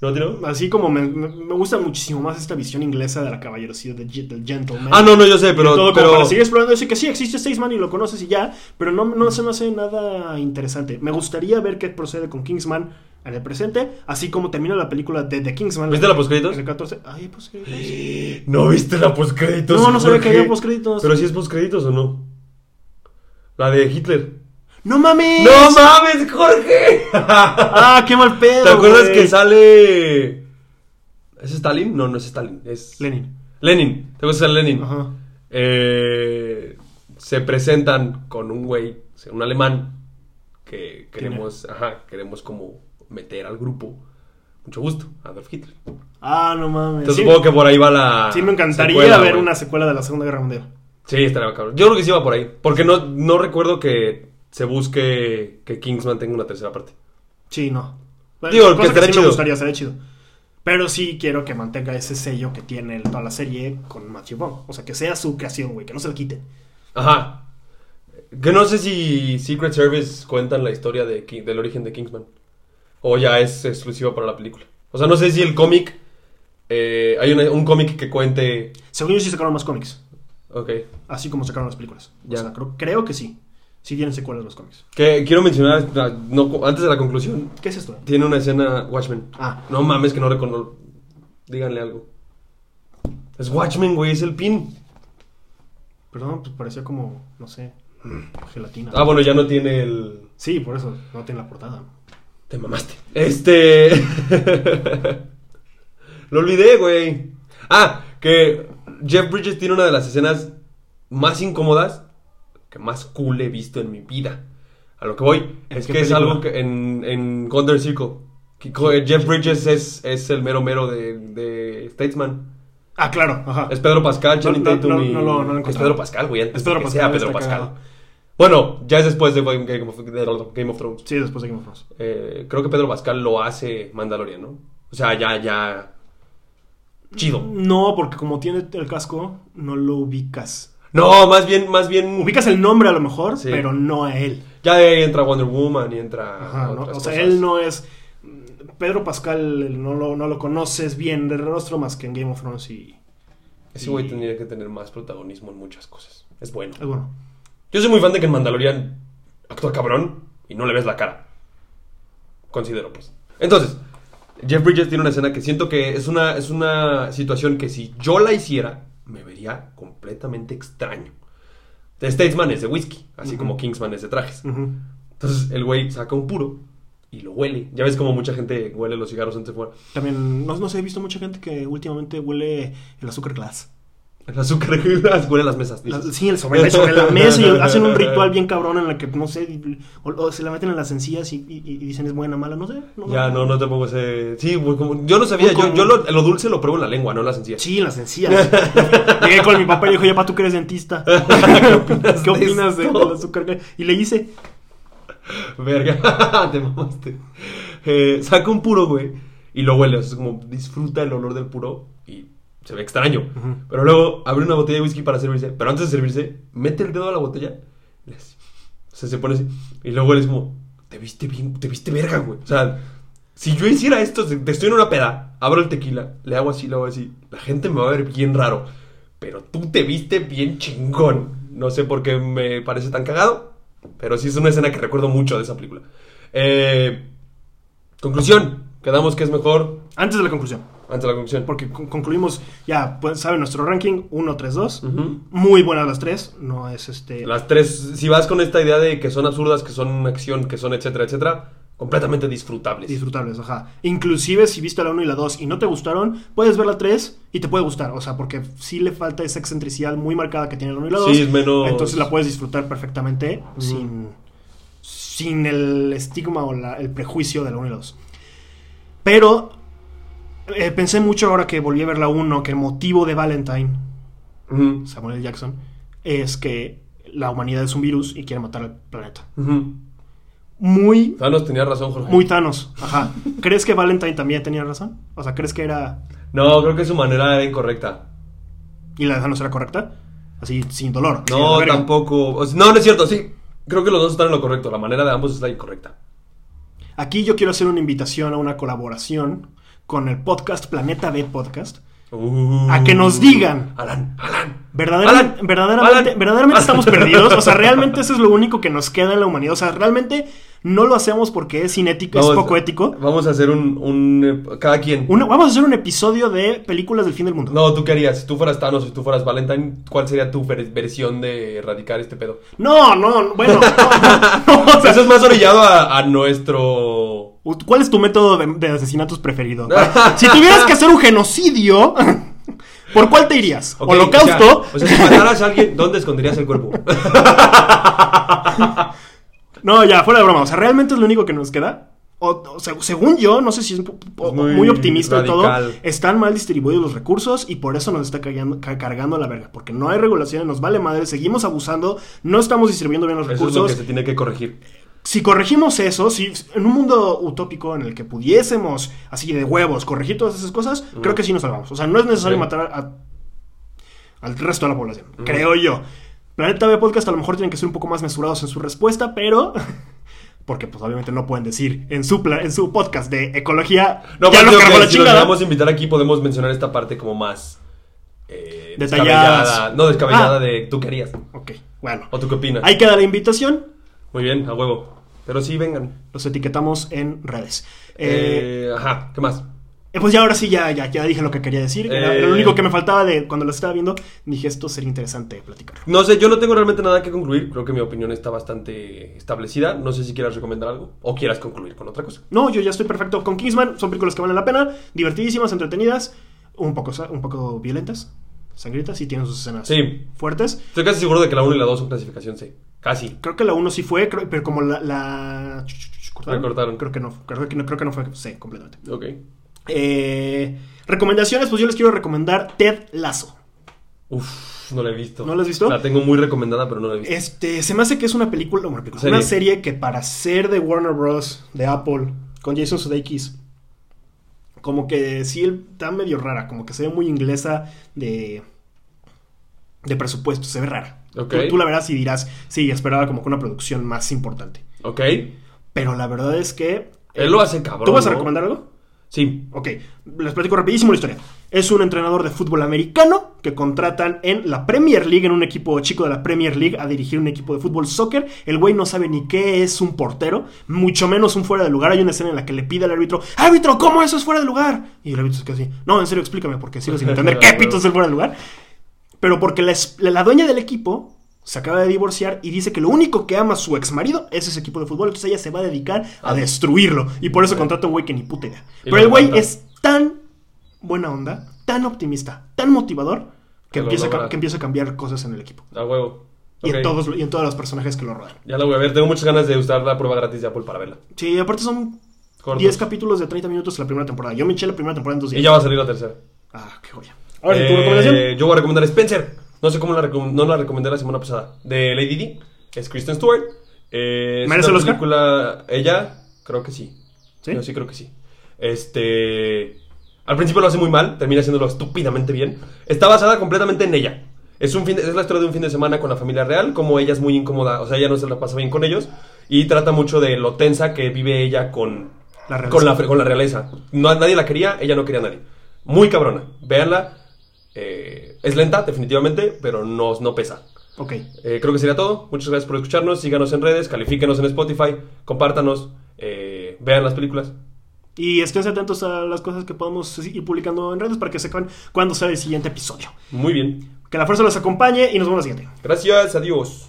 [SPEAKER 2] ¿No, tío?
[SPEAKER 1] Así como me, me- me gusta muchísimo más esta visión inglesa de la caballerosidad de ge- del gentleman.
[SPEAKER 2] Ah, no, no, yo sé,
[SPEAKER 1] Y
[SPEAKER 2] pero...
[SPEAKER 1] todo como
[SPEAKER 2] pero-
[SPEAKER 1] para seguir explorando eso y que sí existe Staysman y lo conoces y ya, pero no, no se me hace nada interesante. Me gustaría ver qué procede con Kingsman en el presente, así como termina la película de The Kingsman.
[SPEAKER 2] ¿Viste la postcréditos?
[SPEAKER 1] En el 14. Ay, postcréditos.
[SPEAKER 2] ¿No viste la postcréditos?
[SPEAKER 1] No, no sabía
[SPEAKER 2] Jorge?
[SPEAKER 1] que había postcréditos.
[SPEAKER 2] ¿Pero si es postcréditos o no? La de Hitler.
[SPEAKER 1] ¡No mames!
[SPEAKER 2] ¡No mames, Jorge!
[SPEAKER 1] ¡Ah, qué mal pedo!
[SPEAKER 2] ¿Te acuerdas
[SPEAKER 1] güey!
[SPEAKER 2] que sale... ¿Es Stalin? No, no es Stalin, es...
[SPEAKER 1] Lenin.
[SPEAKER 2] Lenin. ¿Te acuerdas de Lenin?
[SPEAKER 1] Ajá.
[SPEAKER 2] Eh, se presentan con un güey, o sea, un alemán, que queremos, ajá, queremos como meter al grupo. Mucho gusto, Adolf Hitler.
[SPEAKER 1] Ah, no mames.
[SPEAKER 2] Entonces
[SPEAKER 1] Sí,
[SPEAKER 2] supongo que por ahí va la.
[SPEAKER 1] sí me encantaría
[SPEAKER 2] secuela,
[SPEAKER 1] ver
[SPEAKER 2] güey.
[SPEAKER 1] una secuela de la Segunda Guerra Mundial.
[SPEAKER 2] Sí, estaría cabrón. Yo creo que sí va por ahí. Porque no, no recuerdo que se busque que Kingsman tenga una tercera parte.
[SPEAKER 1] Sí, no.
[SPEAKER 2] Digo,
[SPEAKER 1] Cosa
[SPEAKER 2] que estaría
[SPEAKER 1] sí me
[SPEAKER 2] chido.
[SPEAKER 1] gustaría, estaría chido. Pero sí quiero que mantenga ese sello que tiene el- toda la serie con Matthew Vaughn. O sea, que sea su creación, güey, que no se la quiten.
[SPEAKER 2] Ajá. Que no sé si Secret Service cuentan la historia de, Ki- del origen de Kingsman. O ya es exclusiva para la película. O sea, no sé si el cómic. eh, hay una- un cómic que cuente.
[SPEAKER 1] Según yo sí sacaron más cómics,
[SPEAKER 2] Ok.
[SPEAKER 1] así como sacaron las películas. O
[SPEAKER 2] Ya.
[SPEAKER 1] sea, creo, creo que sí. Sí tienen secuelas los cómics.
[SPEAKER 2] Que quiero mencionar, ah, no, antes de la conclusión,
[SPEAKER 1] ¿Qué es esto?
[SPEAKER 2] tiene una escena Watchmen.
[SPEAKER 1] Ah,
[SPEAKER 2] No mames, que no reconozco. Díganle algo. Es Watchmen, güey, es el pin.
[SPEAKER 1] perdón, pues parecía como, no sé, gelatina.
[SPEAKER 2] Ah, bueno, ya no tiene el.
[SPEAKER 1] Sí, por eso no tiene la portada.
[SPEAKER 2] Te mamaste. Este. Lo olvidé, güey. Ah, que Jeff Bridges tiene una de las escenas más incómodas que más cool he visto en mi vida. A lo que voy
[SPEAKER 1] ¿En
[SPEAKER 2] es
[SPEAKER 1] qué
[SPEAKER 2] que es
[SPEAKER 1] película?
[SPEAKER 2] algo que en, en Golden Circle. que co- eh, Jeff Bridges es, es el mero mero de, de Statesman.
[SPEAKER 1] Ah, claro, ajá.
[SPEAKER 2] Es Pedro Pascal, Channing
[SPEAKER 1] No, no,
[SPEAKER 2] Tatum
[SPEAKER 1] no,
[SPEAKER 2] y-
[SPEAKER 1] no lo- no lo he
[SPEAKER 2] Es
[SPEAKER 1] encontrado.
[SPEAKER 2] Pedro Pascal, güey. antes
[SPEAKER 1] Es Pedro
[SPEAKER 2] de que
[SPEAKER 1] Pascal,
[SPEAKER 2] sea Pedro
[SPEAKER 1] está
[SPEAKER 2] Pascal.
[SPEAKER 1] cagado.
[SPEAKER 2] Bueno, ya es después de Game of- de Game of Thrones.
[SPEAKER 1] Sí, después de Game of Thrones.
[SPEAKER 2] Eh, creo que Pedro Pascal lo hace Mandalorian, ¿no? O sea, ya, ya. Chido.
[SPEAKER 1] No, porque como tiene el casco, no lo ubicas.
[SPEAKER 2] No, más bien, más bien.
[SPEAKER 1] Ubicas el nombre a lo mejor,
[SPEAKER 2] Sí.
[SPEAKER 1] pero no a él.
[SPEAKER 2] Ya de ahí entra Wonder Woman y entra.
[SPEAKER 1] Ajá, ¿no?
[SPEAKER 2] otras
[SPEAKER 1] O sea,
[SPEAKER 2] cosas.
[SPEAKER 1] él no es. mm, Pedro Pascal no lo, no lo conoces bien de rostro más que en Game of Thrones y.
[SPEAKER 2] Ese güey tendría que tener más protagonismo en muchas cosas. Es bueno.
[SPEAKER 1] Es ah, bueno.
[SPEAKER 2] Yo soy muy fan de que en Mandalorian actúa cabrón y no le ves la cara. Considero, pues. Entonces, Jeff Bridges tiene una escena que siento que es una, es una situación que si yo la hiciera, me vería completamente extraño. The Statesman es de whisky, así como Kingsman es de trajes.
[SPEAKER 1] Ujú.
[SPEAKER 2] Entonces, el güey saca un puro y lo huele. Ya ves como mucha gente huele los cigarros antes de fumar.
[SPEAKER 1] También, no, no sé, he visto mucha gente que últimamente huele el azúcar glass.
[SPEAKER 2] El azúcar las huele las mesas.
[SPEAKER 1] La-
[SPEAKER 2] dices.
[SPEAKER 1] Ah, sí, el sobre, el sobre la mesa y hacen un ritual bien cabrón en la que, no sé, o, o se la meten en las encías y, y- y dicen es buena, mala, no sé.
[SPEAKER 2] Ya, no, no tampoco sé. Sí, güey, como- yo no sabía.
[SPEAKER 1] Muy
[SPEAKER 2] Yo,
[SPEAKER 1] común.
[SPEAKER 2] yo lo, lo dulce lo pruebo en la lengua, no en las encías.
[SPEAKER 1] Sí, en las encías. Llegué con mi papá y le dijo, ya, pa, tú que eres dentista.
[SPEAKER 2] ¿Qué opinas
[SPEAKER 1] ¿Qué
[SPEAKER 2] de
[SPEAKER 1] opinas de- del
[SPEAKER 2] esto?
[SPEAKER 1] azúcar glass? Y le hice,
[SPEAKER 2] Verga, te mamaste. Eh, saca un puro, güey, y lo huele. O sea, es como disfruta el olor del puro y se ve extraño.
[SPEAKER 1] Ujú.
[SPEAKER 2] Pero luego abre una botella de whisky para servirse. Pero antes de servirse, mete el dedo a la botella. y le hace- O sea, se pone así. Y luego huele es como, te viste bien, te viste verga, güey. O sea, si yo hiciera esto, te te estoy en una peda, abro el tequila, le hago así, le hago así, la gente me va a ver bien raro. Pero tú te viste bien chingón. No sé por qué me parece tan cagado, pero sí es una escena que recuerdo mucho de esa película. Eh, conclusión, quedamos que es mejor
[SPEAKER 1] Antes de la conclusión,
[SPEAKER 2] antes de la conclusión.
[SPEAKER 1] porque con- concluimos, ya pues, saben nuestro ranking 1, 3, 2.
[SPEAKER 2] Ujú.
[SPEAKER 1] Muy buenas las tres, no es este...
[SPEAKER 2] Las tres, si vas con esta idea de que son absurdas, que son acción, que son etcétera, etcétera, completamente disfrutables.
[SPEAKER 1] disfrutables, ajá. Inclusive si viste la 1 y la 2 y no te gustaron, puedes ver la 3 y te puede gustar, o sea, porque sí le falta esa excentricidad muy marcada que tiene la 1 y la 2.
[SPEAKER 2] Sí, es menos-
[SPEAKER 1] Entonces la puedes disfrutar perfectamente
[SPEAKER 2] Ujú.
[SPEAKER 1] sin, sin el estigma o la- el prejuicio de la 1 y la 2. Pero eh, pensé mucho ahora que volví a ver la 1 que el motivo de Valentine,
[SPEAKER 2] Ujú.
[SPEAKER 1] Samuel L. Jackson, es que la humanidad es un virus y quiere matar al planeta.
[SPEAKER 2] Ujú.
[SPEAKER 1] Muy
[SPEAKER 2] Thanos tenía razón, Jorge.
[SPEAKER 1] muy Thanos, ajá. ¿Crees que Valentine también tenía razón? O sea, ¿crees que era.
[SPEAKER 2] No, creo que su manera era incorrecta.
[SPEAKER 1] y la de Thanos era correcta? Así, sin dolor. sin la
[SPEAKER 2] No,
[SPEAKER 1] verga.
[SPEAKER 2] tampoco. o sea, no, no es cierto, sí. Creo que los dos están en lo correcto. La manera de ambos es la incorrecta.
[SPEAKER 1] Aquí yo quiero hacer una invitación a una colaboración con el podcast Planeta B Podcast.
[SPEAKER 2] Uh.
[SPEAKER 1] A que nos digan.
[SPEAKER 2] Alan, Alan.
[SPEAKER 1] Verdaderamente,
[SPEAKER 2] Alan,
[SPEAKER 1] verdaderamente,
[SPEAKER 2] Alan.
[SPEAKER 1] verdaderamente estamos perdidos. O sea, realmente eso es lo único que nos queda en la humanidad. O sea, realmente no lo hacemos porque es inético, es
[SPEAKER 2] Vamos-
[SPEAKER 1] poco ético.
[SPEAKER 2] Vamos a hacer un. un, eh, cada quien.
[SPEAKER 1] Una- vamos a hacer un episodio de películas del fin del mundo.
[SPEAKER 2] No, ¿tú qué harías? Si tú fueras Thanos, si tú fueras Valentine, ¿cuál sería tu ver- versión de erradicar este pedo?
[SPEAKER 1] No, no, bueno. no, no, no, o sea,
[SPEAKER 2] Eso es más orillado a, a nuestro.
[SPEAKER 1] ¿Cuál es tu método de, de asesinatos preferido? si tuvieras que hacer un genocidio, ¿por cuál te irías?
[SPEAKER 2] Ok,
[SPEAKER 1] ¿Holocausto?
[SPEAKER 2] O sea, o sea, si mataras a alguien, ¿dónde esconderías el cuerpo?
[SPEAKER 1] No, ya, fuera de broma. O sea, realmente es lo único que nos queda. O, o sea, según yo, no sé si es po- po- muy,
[SPEAKER 2] Muy
[SPEAKER 1] optimista y todo,
[SPEAKER 2] radical.
[SPEAKER 1] están mal distribuidos los recursos y por eso nos está cagando- ca- cargando la verga. Porque no hay regulaciones, nos vale madre, seguimos abusando, no estamos distribuyendo bien los
[SPEAKER 2] Eso es lo
[SPEAKER 1] recursos.
[SPEAKER 2] que se tiene que corregir.
[SPEAKER 1] Si corregimos eso, si en un mundo utópico en el que pudiésemos, así de huevos, corregir todas esas cosas, creo que sí nos salvamos. O sea, no es necesario
[SPEAKER 2] Ok.
[SPEAKER 1] matar a- al resto de la población, creo yo. Planeta B Podcast a lo mejor tienen que ser un poco más mesurados en su respuesta, pero... Porque pues obviamente no pueden decir en su, pla- en su podcast de ecología...
[SPEAKER 2] No,
[SPEAKER 1] ya
[SPEAKER 2] pero
[SPEAKER 1] lo
[SPEAKER 2] creo
[SPEAKER 1] cargó la
[SPEAKER 2] que si nos
[SPEAKER 1] chingada.
[SPEAKER 2] vamos a invitar aquí, podemos mencionar esta parte como más. eh,
[SPEAKER 1] Detalladas.
[SPEAKER 2] descabellada. No, descabellada
[SPEAKER 1] Ah.
[SPEAKER 2] de tú querías.
[SPEAKER 1] Ok, bueno.
[SPEAKER 2] ¿O tú qué opinas?
[SPEAKER 1] Ahí queda la invitación.
[SPEAKER 2] Muy bien, a huevo. Pero sí, vengan.
[SPEAKER 1] Los etiquetamos en redes. Eh,
[SPEAKER 2] Eh, ajá, ¿qué más?
[SPEAKER 1] Eh, Pues ya ahora sí, ya, ya, ya dije lo que quería decir. Era-
[SPEAKER 2] Eh.
[SPEAKER 1] era lo único que me faltaba de cuando lo estaba viendo, dije esto sería interesante platicarlo.
[SPEAKER 2] No sé, yo no tengo realmente nada que concluir. Creo que mi opinión está bastante establecida. No sé si quieras recomendar algo o quieras concluir con otra cosa.
[SPEAKER 1] No, yo ya estoy perfecto con Kingsman. Son películas que valen la pena, divertidísimas, entretenidas, un poco, sa- un poco violentas, sangrientas y tienen sus escenas
[SPEAKER 2] Sí.
[SPEAKER 1] fuertes.
[SPEAKER 2] Estoy casi seguro de que la 1 y la 2 son clasificación C. Casi.
[SPEAKER 1] Creo que la 1 sí fue, creo- pero como la... la... ¿cortaron?
[SPEAKER 2] La cortaron.
[SPEAKER 1] Creo que no, creo que no, creo que no fue C completamente.
[SPEAKER 2] Ok.
[SPEAKER 1] Eh, recomendaciones, pues yo les quiero recomendar Ted Lazo.
[SPEAKER 2] Uf, no la he visto.
[SPEAKER 1] ¿No la has visto?
[SPEAKER 2] La tengo muy recomendada, pero no la he visto.
[SPEAKER 1] Este, se me hace que es una película, una, película,
[SPEAKER 2] Serie.
[SPEAKER 1] una serie que para ser de Warner Bros. de Apple con Jason Sudeikis, como que sí el- está medio rara, como que se ve muy inglesa de de presupuesto, se ve rara.
[SPEAKER 2] Ok.
[SPEAKER 1] Tú, tú la verás y dirás, sí, esperaba como que una producción más importante.
[SPEAKER 2] Ok.
[SPEAKER 1] Pero la verdad es que eh,
[SPEAKER 2] Él lo hace cabrón.
[SPEAKER 1] ¿Tú vas a
[SPEAKER 2] ¿no?
[SPEAKER 1] recomendar algo?
[SPEAKER 2] Sí.
[SPEAKER 1] Ok, les platico rapidísimo la historia. Es un entrenador de fútbol americano que contratan en la Premier League, en un equipo chico de la Premier League, a dirigir un equipo de fútbol soccer. El güey no sabe ni qué es un portero, mucho menos un fuera de lugar. Hay una escena en la que le pide al árbitro, árbitro, ¿cómo eso es fuera de lugar? Y el árbitro es que así, no, en serio, explícame, porque sigo sin entender qué pito es el fuera de lugar. Pero porque la, es- la dueña del equipo se acaba de divorciar y dice que lo único que ama a su ex marido es ese equipo de fútbol. Entonces ella se va a dedicar a destruirlo. Y por eso contrata a un güey que ni puta idea.
[SPEAKER 2] Y
[SPEAKER 1] Pero
[SPEAKER 2] lo
[SPEAKER 1] el güey
[SPEAKER 2] aguanta.
[SPEAKER 1] es tan buena onda, tan optimista, tan motivador, que
[SPEAKER 2] Que lo
[SPEAKER 1] empieza, a, ca-
[SPEAKER 2] logra.
[SPEAKER 1] que empieza a cambiar cosas en el equipo.
[SPEAKER 2] A huevo.
[SPEAKER 1] Y, en
[SPEAKER 2] Ok.
[SPEAKER 1] todos, y en todos los personajes que lo rodean.
[SPEAKER 2] Ya la voy a ver. Tengo muchas ganas de usar la prueba gratis de Apple para verla.
[SPEAKER 1] Sí, aparte son
[SPEAKER 2] Cortos.
[SPEAKER 1] 10 capítulos de 30 minutos la primera temporada. Yo me eché la primera temporada en dos días.
[SPEAKER 2] Y Eh, ya va a salir la tercera.
[SPEAKER 1] Ah, qué joya.
[SPEAKER 2] Ahora,
[SPEAKER 1] Ahora, ¿tu recomendación?
[SPEAKER 2] Yo voy a recomendar Spencer. No sé cómo la recom- no la recomendé la semana pasada. De Lady D. Es Kristen Stewart. Eh, es
[SPEAKER 1] ¿Merece
[SPEAKER 2] una
[SPEAKER 1] el Oscar?
[SPEAKER 2] película- Ella, creo que sí.
[SPEAKER 1] ¿Sí?
[SPEAKER 2] Yo sí creo que sí. Este. Al principio lo hace muy mal, termina haciéndolo estúpidamente bien. Está basada completamente en ella. Es, un fin de- es la historia de un fin de semana con la familia real, como ella es muy incómoda, o sea, ella no se la pasa bien con ellos. Y trata mucho de lo tensa que vive ella con
[SPEAKER 1] La realeza.
[SPEAKER 2] con, la, con la realeza. No, nadie la quería, ella no quería a nadie. Muy cabrona. Véanla. Eh, es lenta, definitivamente, pero no, no pesa.
[SPEAKER 1] Ok.
[SPEAKER 2] Eh, creo que sería todo. Muchas gracias por escucharnos. Síganos en redes, califíquenos en Spotify, compártanos, eh, vean las películas.
[SPEAKER 1] Y estén atentos a las cosas que podamos ir publicando en redes para que sepan cuándo será el siguiente episodio.
[SPEAKER 2] Muy bien.
[SPEAKER 1] Que la fuerza los acompañe y nos vemos en la siguiente.
[SPEAKER 2] Gracias, adiós.